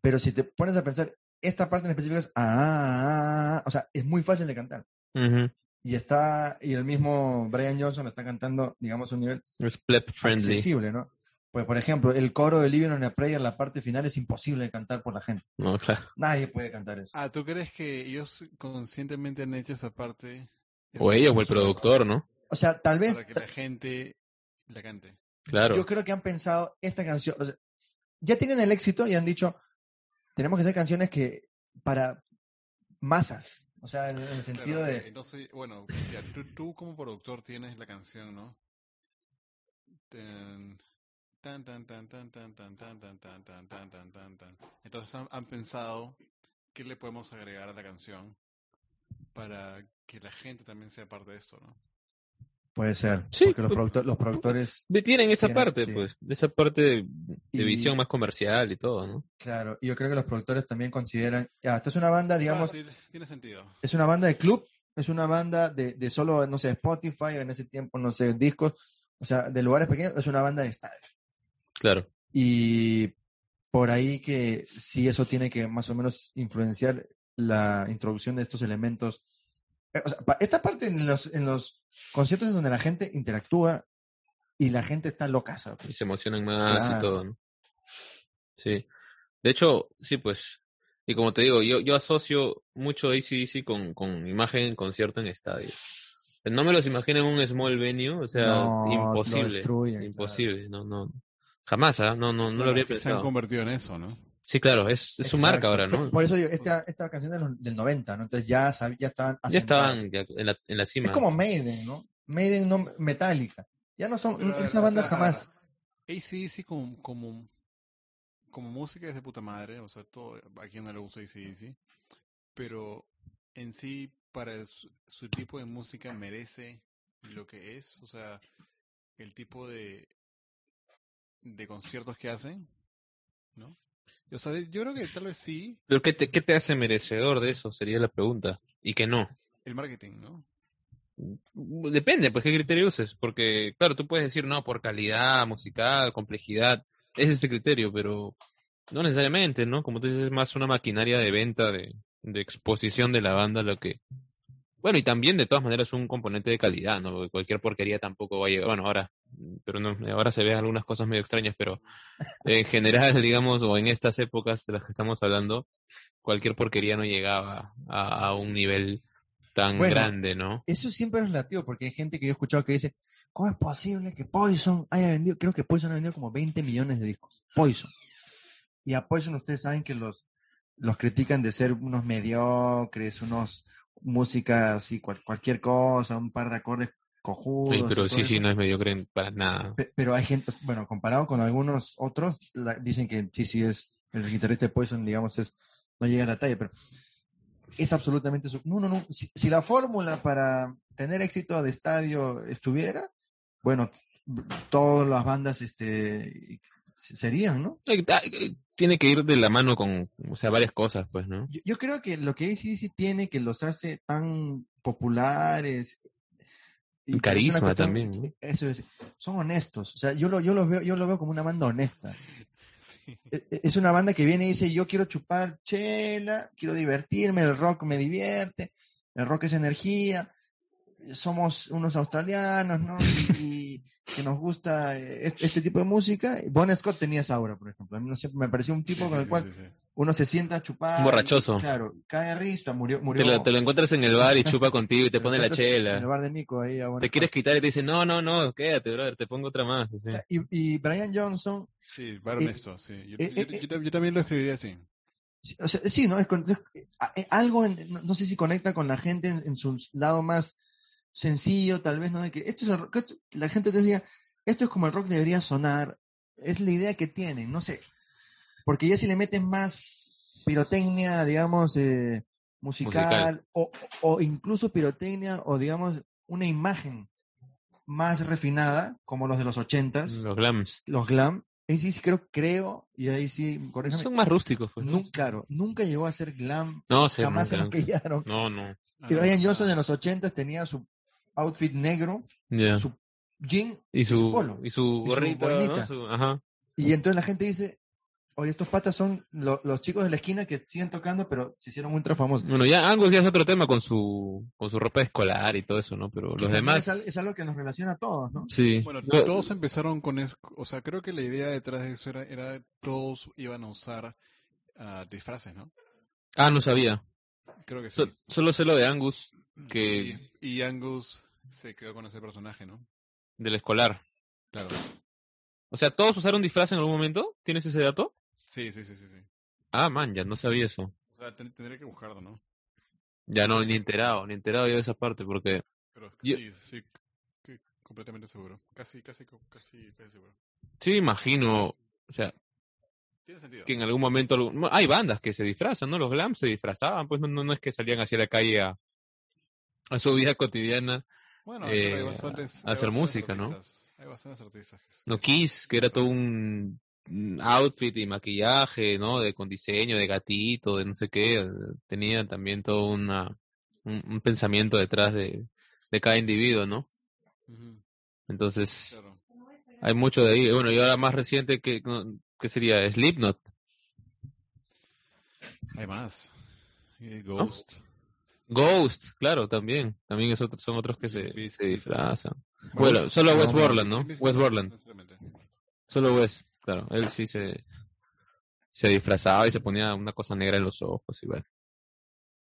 Pero si te pones a pensar, esta parte en específico es, ah, ah, ah, o sea, es muy fácil de cantar. ujú, Y está, y el mismo Brian Johnson está cantando, digamos, a un nivel es Ah, pleb friendly. accesible, ¿no? Pues, por ejemplo, el coro de Living on a Prayer, la parte final es imposible de cantar por la gente. No, claro. Nadie puede cantar eso. Ah, ¿tú crees que ellos conscientemente han hecho esa parte? O ellos o el productor, ¿no? O sea, tal vez... Para que la gente la cante. Claro. Yo creo que han pensado esta canción. o sea, ya tienen el éxito y han dicho, tenemos que hacer canciones que para masas. O sea, en, en el sentido Claro, de... Entonces, bueno, ya, tú, tú como productor tienes la canción, ¿no? Tan, tan, tan, tan, tan, tan, tan, tan, tan, tan, tan, tan, tan, tan, tan. Entonces han, han pensado qué le podemos agregar a la canción para que la gente también sea parte de esto, ¿no? Puede ser. Sí, porque los, pu- producto- los productores, Ve- Tienen esa Tienen, parte, sí. pues, de esa parte de, de Y- visión más comercial y todo, ¿no? claro, y yo creo que los productores también consideran, ya, esta es una banda, digamos, Fácil, tiene sentido. es una banda de club, es una banda de, de solo, no sé, Spotify, en ese tiempo, no sé, discos, o sea, de lugares pequeños, es una banda de estadio. Claro. y por ahí que sí eso tiene que más o menos influenciar la introducción de estos elementos. Eh, O sea, pa- esta parte en los, en los conciertos es donde la gente interactúa y la gente está loca. Y se emocionan más Claro. y todo, ¿no? Sí. De hecho, sí, pues. Y como te digo, yo, yo asocio mucho ACDC con, con imagen en concierto en estadio. No me los imagino en un small venue, o sea, imposible. Imposible, no, no. Jamás, ¿ah? No, no, no lo Bueno, habría que se han pensado. convertido en eso, ¿no? Sí, claro, es, es su marca ahora, ¿no? Por eso digo, esta, esta canción de los- del 90, ¿no? Entonces ya, sab- ya estaban Ya asentadas. estaban ya en la, en la cima. Es como Maiden, ¿no? Maiden no Metallica. Ya no son Pero, a ver, esas bandas o sea, E jamás. ACDC como, como, como música es de puta madre, o sea, todo, a quien no le gusta ACDC, pero en sí, para su, su tipo de música merece lo que es, o sea, el tipo de, de conciertos que hacen, ¿no? O sea, yo creo que tal vez sí, Pero ¿qué te, qué te hace merecedor de eso? Sería la pregunta. Y que no. el marketing, ¿no? Depende, pues, qué criterio uses. Porque, claro, tú puedes decir, no, por calidad musical, complejidad. Ese es el criterio, pero no necesariamente, ¿no? Como tú dices, es más una maquinaria de venta, de, de exposición de la banda, lo que. Bueno, y también, de todas maneras, un componente de calidad, ¿no? Porque cualquier porquería tampoco va a llegar. Bueno, ahora, pero no, ahora se ven algunas cosas medio extrañas, pero en general, digamos, o en estas épocas de las que estamos hablando, cualquier porquería no llegaba a, a un nivel tan Bueno, grande, ¿no? Eso siempre es relativo, porque hay gente que yo he escuchado que dice, ¿Cómo es posible que Poison haya vendido? Creo que Poison ha vendido como 20 millones de discos. Poison. Y a Poison ustedes saben que los, los critican de ser unos mediocres, unos música así, cual- cualquier cosa, un par de acordes cojudos. Oye, pero todo sí, eso. sí, no es mediocre para nada. Pe- Pero hay gente, bueno, comparado con algunos otros, la- dicen que sí, sí es, el guitarrista de Poison, digamos, es, no llega a la talla, pero es absolutamente su. No, no, no. Si, si la fórmula para tener éxito de estadio estuviera, bueno, t- todas las bandas este, se- serían, ¿no? Eh, ah, eh, Tiene que ir de la mano con, o sea, varias cosas, pues, ¿no? Yo, yo creo que lo que ACDC tiene que los hace tan populares. que El es una carisma cuestión- también, ¿no? Eso es, son honestos. O sea, yo lo, yo los veo, yo lo veo como una banda honesta. Sí. E- e- Es una banda que viene y dice, yo quiero chupar chela, quiero divertirme, el rock me divierte, el rock es energía, somos unos australianos, ¿no? Y que nos gusta eh, este, este tipo de música. Bon Scott tenía esa aura, por ejemplo. A mí no sé, me parecía un tipo Sí, con sí, el sí, cual sí, sí. uno se sienta a chupar. Un borrachoso. y, claro, cae a risa, murió. murió Te lo, te lo encuentras en el bar y chupa contigo y te lo pone la encuentras En el chela. bar de Nico ahí. a Bon Te Scott. quieres quitar y te dice, no, no, no, quédate, brother, te pongo otra más. así. Y, y Brian Johnson, Sí, para Eh, honesto, sí. Yo, eh, yo- eh, yo- yo también lo escribiría así. sí, o sea, sí, ¿no? Es, con- es- a- eh, algo, en- no, no sé si conecta con la gente en, en su lado más sencillo, tal vez, ¿no? De que esto es el rock- que esto- la gente te decía, esto es como el rock debería sonar. Es la idea que tienen, no sé. Porque ya si le meten más pirotecnia, digamos, eh, musical, O, o incluso pirotecnia o, digamos, una imagen más refinada, como los de los ochentas, Los glams. los glam, ahí sí creo, creo, y ahí sí, corríjame, Son más rústicos, pues. ¿no? nun- claro, nunca llegó a ser glam, No, se jamás se nunca, lo nunca. pillaron. No, no. Ah, Y no, Brian ah, Johnson en los 80 tenía su outfit negro, Ya. su jean, Y su, polo. y su su gorrita, ¿no? boinita. Su- ajá. y entonces la gente dice, oye, estos patas son lo- los chicos de la esquina que siguen tocando, pero se hicieron ultra famosos. Bueno, ya Angus ya es otro tema con su, con su ropa escolar y todo eso, ¿no? Pero Que los también demás. Es, al- es algo que nos relaciona a todos, ¿no? Sí. Bueno, Yo- todos empezaron con eso. O sea, creo que la idea detrás de eso era, era todos iban a usar ah, disfraces, ¿no? Ah, no sabía. Creo que sí. Mm, So- solo sé lo de Angus, que Y, y Angus se quedó con ese personaje, ¿no? del escolar. Claro. O sea, ¿todos usaron disfraz en algún momento? ¿Tienes ese dato? Sí, sí, sí, sí. sí. Ah, man, ya no sabía eso. O sea, ten- tendría que buscarlo, ¿no? Ya no, ni enterado, ni enterado yo de esa parte, porque Pero es que Yo- sí, sí, que- completamente seguro. Casi, casi, co- casi, casi seguro. sí me imagino, o sea, Tiene sentido. que en algún momento algún- bueno, hay bandas que se disfrazan, ¿no? Los glams se disfrazaban, pues no, no, no es que salían hacia la calle a, a su vida cotidiana. Bueno, claro, eh, hay bastantes. a hay hacer bastantes música, ¿no? artistas. Hay bastantes artistas. que- No que- Kiss, que era todo un un outfit y maquillaje, ¿no? De, con diseño de gatito, de no sé qué. eh, Tenía también todo una, un, un pensamiento detrás de, de cada individuo, ¿no? Ujú, Entonces, claro. Hay mucho de ahí. Bueno, y ahora más reciente que, que sería Slipknot. Hay más. Eh, Ghost. Ghost, claro, también. También es otro- son otros que se, Limp Bizkit. se disfrazan. Bueno, solo no, West no, Borland, ¿no? Limp Bizkit, West Borland. sinceramente. Solo West, claro. Él sí se, se disfrazaba y se ponía una cosa negra en los ojos. Y bueno.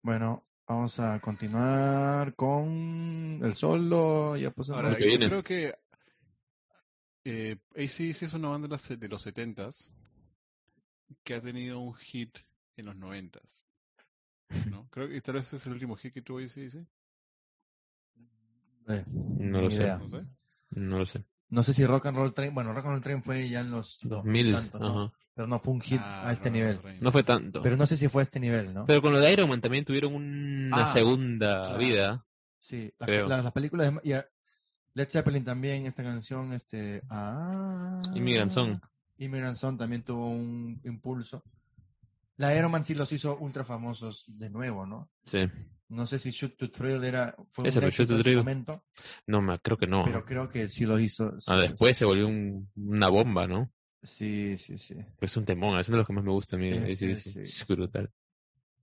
Bueno, vamos a continuar con el solo, ya pasamos. Ahora, Los que yo vienen. creo que eh, AC/DC es una banda de las- de los 70s que ha tenido un hit en los 90s. ¿no? Creo que tal vez es el último hit que tuvo AC/DC. Eh, No lo ni sé. idea. No sé. No lo sé. No sé si Rock and Roll Train, bueno, Rock and Roll Train fue ya en los 2000. tantos, ¿no? ajá. pero no fue un hit Ah, a este Ronald nivel. Reagan. No fue tanto. Pero, Pero no sé si fue a este nivel, ¿no? con lo de Iron Man también tuvieron una Ah, segunda claro. vida. sí, la- creo. la- las películas de y a- Led Zeppelin también, esta canción, este... Ah, Immigrant Song. Immigrant Song también tuvo un impulso. La Iron Man sí los hizo ultra famosos de nuevo, ¿no? Sí. No sé si Shoot to Thrill era, fue Ese un fue éxito Shoot to en su Thrill. momento, No, ma- creo que no. pero creo que sí lo hizo. sí, Ah, después se volvió un- una bomba, ¿no? Sí, sí, sí. Es un temón, es uno de los que más me gusta a mí. Sí, ahí sí, sí, sí, sí, es sí. brutal.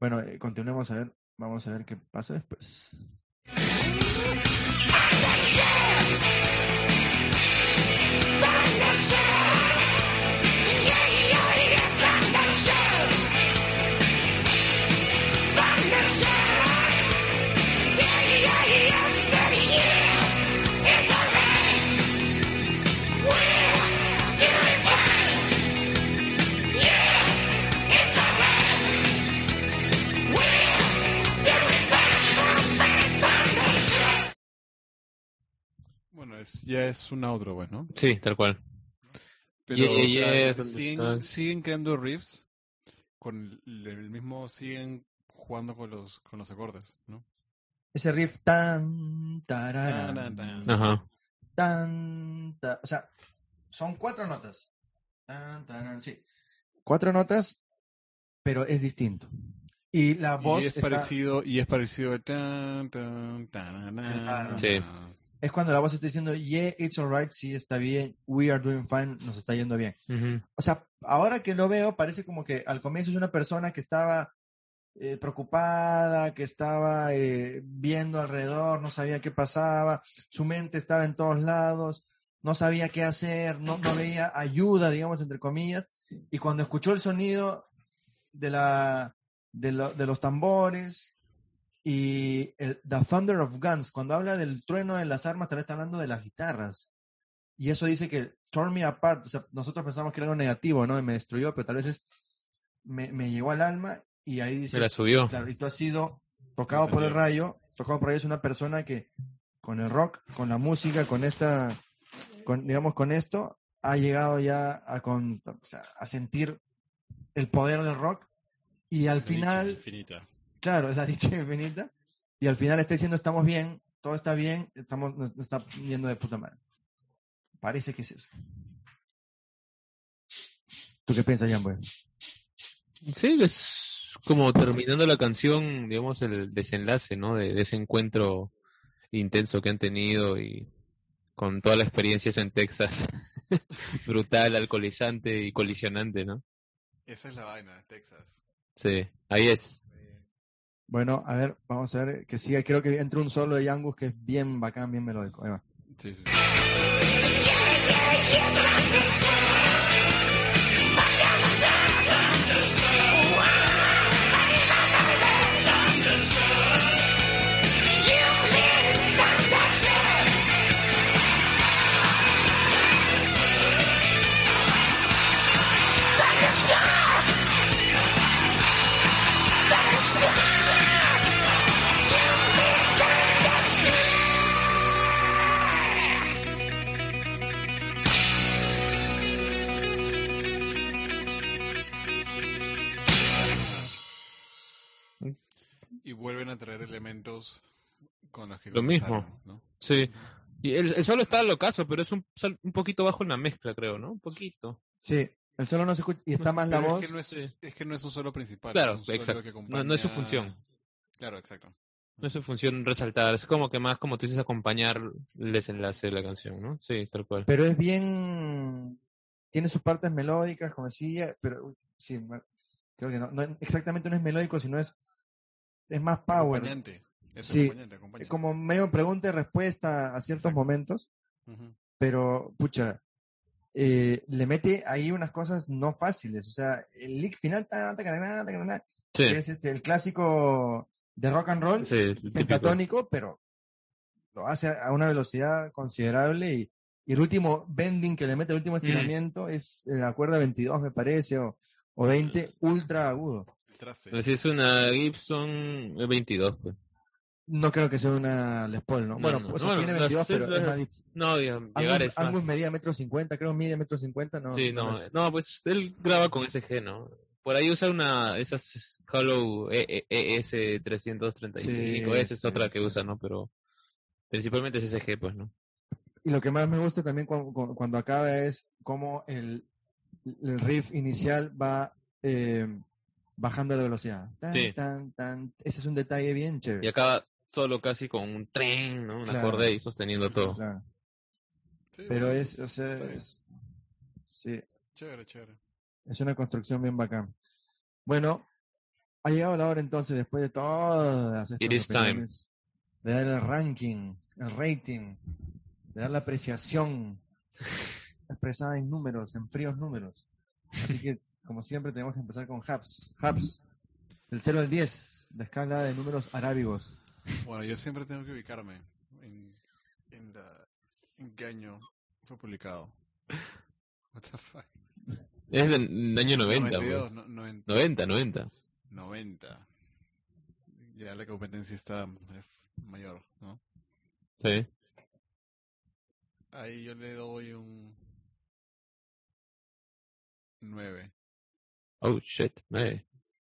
Bueno, eh, continuemos a ver, vamos a ver qué pasa después. Yeah, yeah, yeah, yeah, yeah, it's alright. Bueno, es, ya es un outro, pues, ¿no? Sí, tal cual. Pero Yeah, yeah, o sea, yeah, ¿dónde siguen, están? siguen creando riffs con el, el mismo, siguen jugando con los, con los acordes, ¿no? Ese riff tan, tararán, Na, na, na. Ajá. tan, ta- o sea, son cuatro notas. Tan, tararán, sí. Cuatro notas, pero es distinto. Y la voz y es está- parecido, y es parecido a tan, tan, tarana, Sí. na. es cuando la voz está diciendo, yeah, it's alright, sí, está bien, we are doing fine, nos está yendo bien. Ujú. O sea, ahora que lo veo, parece como que al comienzo es una persona que estaba eh, preocupada, que estaba eh, viendo alrededor, no sabía qué pasaba, su mente estaba en todos lados, no sabía qué hacer, no, no veía ayuda, digamos, entre comillas. Y cuando escuchó el sonido de, la, de, lo- de los tambores y el, The Thunder of Guns, cuando habla del trueno de las armas, también está hablando de las guitarras. Y eso dice que tore me apart, o sea, nosotros pensamos que era algo negativo, ¿no? Me destruyó, pero tal vez es, me, me llegó al alma y ahí dice... Me la subió. Claro, y tú has sido tocado por el rayo, tocado por ahí es una persona que con el rock, con la música, con esta, con, digamos, con esto, ha llegado ya a, con- o sea, a sentir el poder del rock y al final, Infinita. claro, es la dicha infinita, y al final está diciendo estamos bien, todo está bien, estamos, nos, nos está yendo de puta madre. Parece que es eso. ¿Tú qué piensas, Jan? Boy? Sí, es como terminando la canción, digamos, el desenlace, ¿no? De, de ese encuentro intenso que han tenido y con toda la experiencia esa en Texas. Brutal, alcoholizante y colisionante, ¿no? Esa es la vaina, Texas. Sí, ahí es. Bueno, a ver, vamos a ver que siga. Creo que entre un solo de Yangus que es bien bacán, bien melódico. Ahí va. Sí, sí, sí. Y vuelven a traer elementos con los que Lo mismo. comenzaron, ¿no? Sí. Y el, el solo está al ocaso, pero es un, sol- un poquito bajo en la mezcla, creo, ¿no? Un poquito. Sí, el solo no se escucha y está más la Pero voz. es que no es, Sí. es que no es un solo principal. Claro, es un solo exacto. que No, no es su acompaña- función. Claro, exacto. No es su función resaltar. Es como que más, como tú dices, acompañar el desenlace de la canción, ¿no? Sí, tal cual. Pero es bien. Tiene sus partes melódicas, como decía, pero uy, sí, ma- creo que no, no- Exactamente no es melódico, sino es. Es más power. Acompañante. Es Sí. acompañante, acompañante. Como medio pregunta y respuesta a ciertos Exacto. momentos, Ujú. pero pucha. eh, le mete ahí unas cosas no fáciles. O sea, el lick final, ta, ta, ta, ta, ta, ta, ta, Sí, que es este, el clásico de rock and roll. sí, el típico. pentatónico, pero lo hace a una velocidad considerable y, y el último bending que le mete, Mm. el último estiramiento es en la cuerda 22 me parece o, o 20, ultra agudo. El traste. Pero si es una Gibson eh, 22, pues. No creo que sea una Les Paul, ¿no? No, bueno, no, pues no, tiene no, 22, sí, pero lo- es más difícil. No, digamos, llegar Angus, es más- Angus medía metro 50, creo mide metro 50, no. sí, no, es- eh, no, pues él graba con SG, ¿no? Por ahí usa una, esas Hollow E, ES335, Sí, esa es sí, otra sí, que usa, ¿no? Pero principalmente es SG, pues, ¿no? Y lo que más me gusta también cu- cu- cuando, acaba es cómo el, el riff inicial va eh, bajando la velocidad. Tan, Sí. tan, tan. Ese es un detalle bien chévere. Y acaba solo casi con un tren, ¿no? Un Claro. acorde y sosteniendo todo. Claro. Sí, Pero bueno, es, o sea, está bien. es, sí, Chévere, chévere. es una construcción bien bacán. Bueno, ha llegado la hora entonces, después de todas estas It is time. opiniones, de dar el ranking, el rating, de dar la apreciación expresada en números, en fríos números. Así que, como siempre, tenemos que empezar con Habs. Habs, del 0 al 10, la escala de números arábigos. Bueno, yo siempre tengo que ubicarme en, en, la, en qué año fue publicado. What the fuck. Es del año 90, 92, pues. no- noven- 90, 90. 90. Ya la competencia está eh, mayor, ¿no? Sí. Ahí yo le doy un 9. Oh, shit. nueve.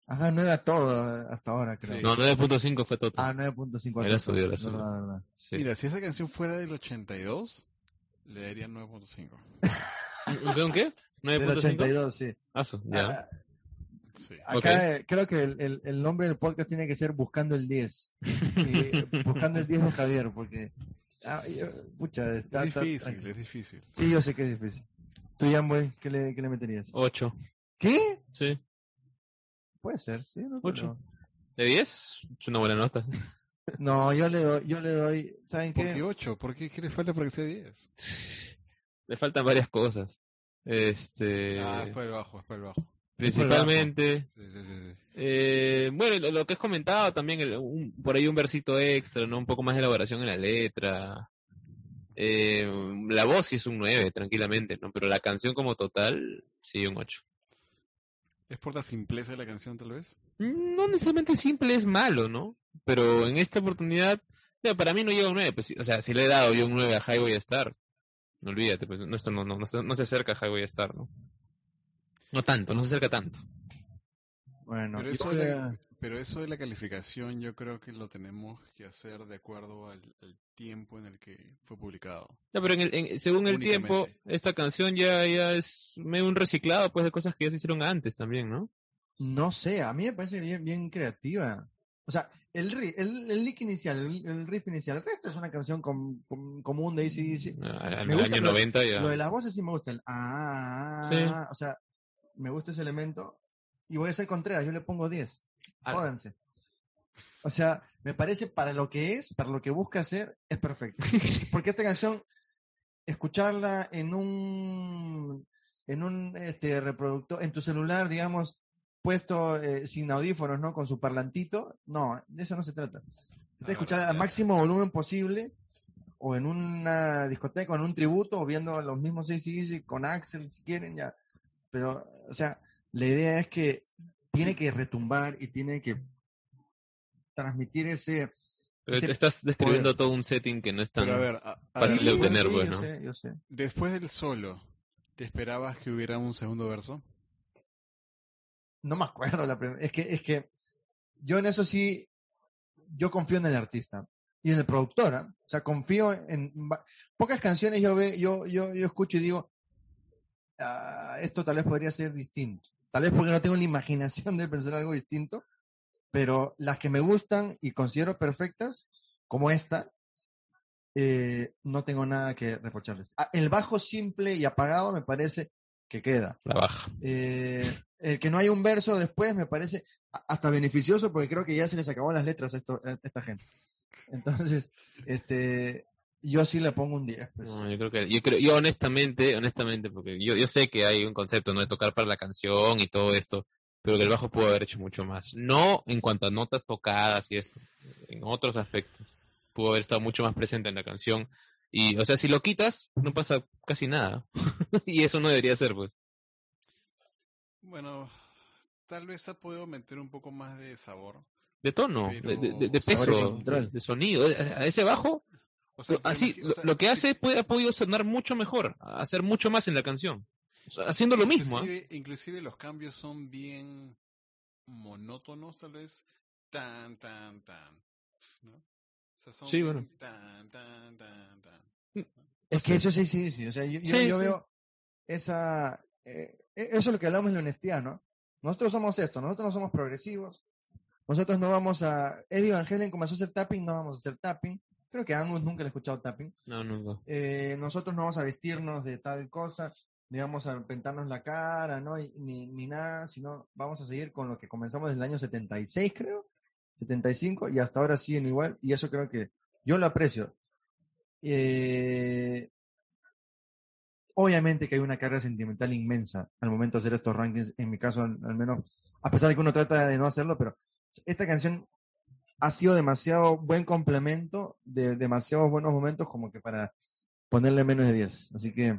Ajá, no era todo hasta ahora, creo. Sí. No, 9.5 fue total. Ah, 9.5. Era subido, era Verdad, subido. verdad. Sí. Mira, si esa canción fuera del 82, le daría 9.5. ¿Veo un qué? Del 9.5. 82, sí. Ah, su- ya. Ah, Sí. Ah, Acá eh, creo que el, el- el nombre del podcast tiene que ser Buscando el 10. Y buscando el 10 de Javier, porque. ah, yo- pucha, está. es está- difícil, es difícil. sí, yo sé que es difícil. Tú, Jamboy, ¿qué le, qué le meterías? 8. ¿Qué? Sí. Puede ser, sí. No, Ocho. ¿De 10? Es una buena nota. creo. No, yo le doy. Yo le doy ¿Saben ¿Por qué qué? 8? ¿Por qué, qué le falta para que sea 10? Le faltan varias cosas. Este. Ah, es para el bajo, es para el bajo. principalmente. Sí, sí, sí, sí. eh, bueno, lo, lo que has comentado también, el- un- por ahí un versito extra, ¿no? Un poco más de elaboración en la letra. Eh, la voz sí es un 9, tranquilamente, ¿no? Pero la canción como total, sí, un 8. ¿Es por la simpleza de la canción, tal vez? no necesariamente simple es malo, ¿no? Pero en esta oportunidad, ya, para mí no llega un 9. Pues, sí, o sea, si le he dado yo un 9 a Highway Star, no olvídate, pues, no, esto no, no, no, se- no se acerca a Highway Star, ¿no? No tanto, no se acerca tanto. Bueno, Pero yo eso era- creo- Pero eso de la calificación yo creo que lo tenemos que hacer de acuerdo al, al tiempo en el que fue publicado. Ya, pero en el- en- según el Únicamente. tiempo, esta canción ya, ya es medio un reciclado pues, de cosas que ya se hicieron antes también, ¿no? No sé, a mí me parece bien, bien creativa. O sea, el, ri- el, el lick inicial, el, el riff inicial, el resto es una canción com- com- común de ACDC. Al, al Me gusta año lo- 90 ya. Lo de las voces sí me gusta. El, ah, Sí. o sea, me gusta ese elemento. Y voy a ser contreras, yo le pongo 10. Ah. Jódanse. O sea, me parece para lo que es, para lo que busca hacer, es perfecto. Porque esta canción, escucharla en un en un este reproductor, en tu celular, digamos, puesto eh, sin audífonos, ¿no? Con su parlantito. No, de eso no se trata. Se trata de Ah, escuchar verdad, al ya. máximo volumen posible o en una discoteca, o en un tributo, o viendo a los mismos ACDC con Axel, si quieren, ya. Pero, o sea, la idea es que tiene que retumbar y tiene que transmitir ese... Pero ese estás describiendo todo un setting que no es tan... Pero a ver, a- a Fácil ver, de Sí, obtener, sí, pues, yo ¿no? sé, yo sé. después del solo, ¿te esperabas que hubiera un segundo verso? No me acuerdo la primera. Es que, es que yo en eso sí, yo confío en el artista y en el productor. ¿ah? O sea, confío en... va- Pocas canciones yo, ve, yo, yo, yo escucho y digo, "Ah, esto tal vez podría ser distinto. Tal vez porque no tengo la imaginación de pensar algo distinto, pero las que me gustan y considero perfectas, como esta, eh, no tengo nada que reprocharles. Ah, El bajo simple y apagado me parece que queda. La baja. Eh, el que no hay un verso después me parece a- hasta beneficioso porque creo que ya se les acabó las letras a, esto- a esta gente. Entonces, este, yo sí le pongo un 10. pues. No, yo creo que yo creo yo honestamente honestamente porque yo yo sé que hay un concepto no de tocar para la canción y todo esto pero que el bajo pudo haber hecho mucho más no en cuanto a notas tocadas y esto en otros aspectos pudo haber estado mucho más presente en la canción y o sea si lo quitas no pasa casi nada y eso no debería ser pues Bueno, tal vez ha podido meter un poco más de sabor. de tono Pero de, de- de sabor y peso control. de sonido Eh, a a ese bajo O sea, pero así imagi- o lo, sea, lo que si- hace puede, ha podido sonar mucho mejor hacer mucho más en la canción O sea, haciendo Pues lo mismo ¿ah? Inclusive, inclusive los cambios son bien monótonos, tal vez. Tan, tan, tan. ¿no? O sea, son Sí, bueno. bien tan, tan, tan, tan. Es que eso sí, sí, sí. O sea, yo, yo- Sí, yo sí. veo esa. eh, eso es lo que hablamos de la honestidad, ¿no? Nosotros somos esto, nosotros no somos progresivos. Nosotros no vamos a. Eddie Van Halen comenzó a hacer tapping, no vamos a hacer tapping. Creo que a Angus nunca le he escuchado tapping. no no no eh, nosotros no vamos a vestirnos de tal cosa, ni vamos a pintarnos la cara, ¿no? Y- Ni, ni nada, sino vamos a seguir con lo que comenzamos desde el año 76, creo, 75, y hasta ahora siguen igual, y eso creo que yo lo aprecio. Eh, obviamente que hay una carga sentimental inmensa al momento de hacer estos rankings, en mi caso al, al menos, a pesar de que uno trata de no hacerlo, pero esta canción ha sido demasiado buen complemento de demasiados buenos momentos como que para ponerle menos de 10. Así que,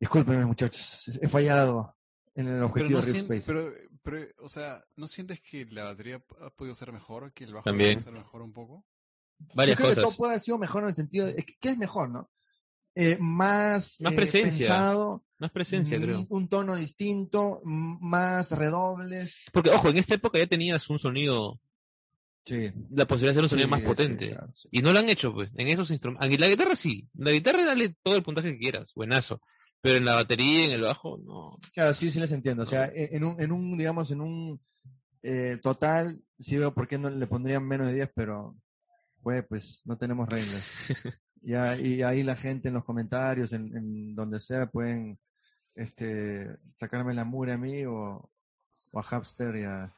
discúlpenme, muchachos. He fallado en el Pero, objetivo no de Rift sien- Space. pero, pero, o sea, ¿no sientes que la batería ha podido ser mejor? ¿Que el bajo También. pudo ser mejor un poco? Yo varias creo cosas que todo puede haber sido mejor en el sentido de. ¿Qué es mejor, no? eh, más, Más eh, presencia. pensado, Más presencia, mm, creo. un tono distinto, mm, más redobles. Porque, ojo, en esta época ya tenías un sonido, Sí. la posibilidad de hacer un sonido más sí, potente. claro, sí. Y no lo han hecho, pues, en esos instrumentos. La guitarra sí. La guitarra dale todo el puntaje que quieras, buenazo. Pero en la batería, en el bajo, no. Claro, sí, sí les entiendo. O sea, e- en un, en un digamos, en un eh, total, sí veo por qué no le pondrían menos de 10, pero fue, pues, no tenemos reglas. Ya, y ahí la gente en los comentarios, en, en donde sea, pueden este, sacarme la mure a mí o, o a Hapster y a,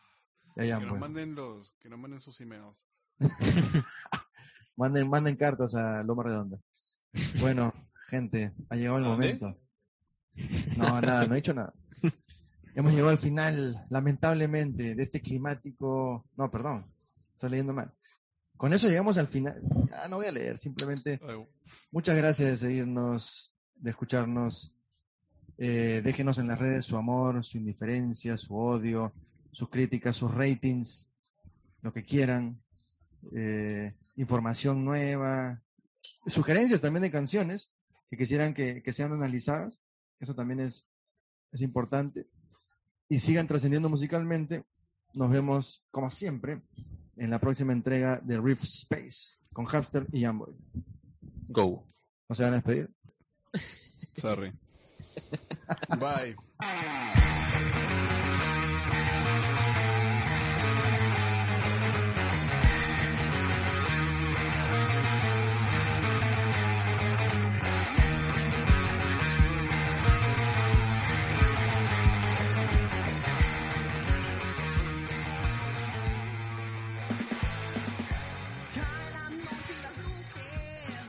y a Jan, que nos pues. manden los, que nos manden sus emails. Manden, manden cartas a Loma Redonda. Bueno, gente, ha llegado el ¿A dónde? momento. No, nada, no he hecho nada. Hemos llegado al final, lamentablemente, de este climático. No, perdón, estoy leyendo mal. Con eso llegamos al final. Ah, no voy a leer, simplemente. Ay, Muchas gracias de seguirnos, de escucharnos. Eh, déjenos en las redes su amor, su indiferencia, su odio, sus críticas, sus ratings, lo que quieran. Eh, información nueva, sugerencias también de canciones que quisieran que, que sean analizadas. Eso también es, es importante. Y sigan trascendiendo musicalmente. Nos vemos, como siempre, en la próxima entrega de Rift Space con Hamster y Jamboy. Go. ¿No se van a despedir? Sorry. Bye.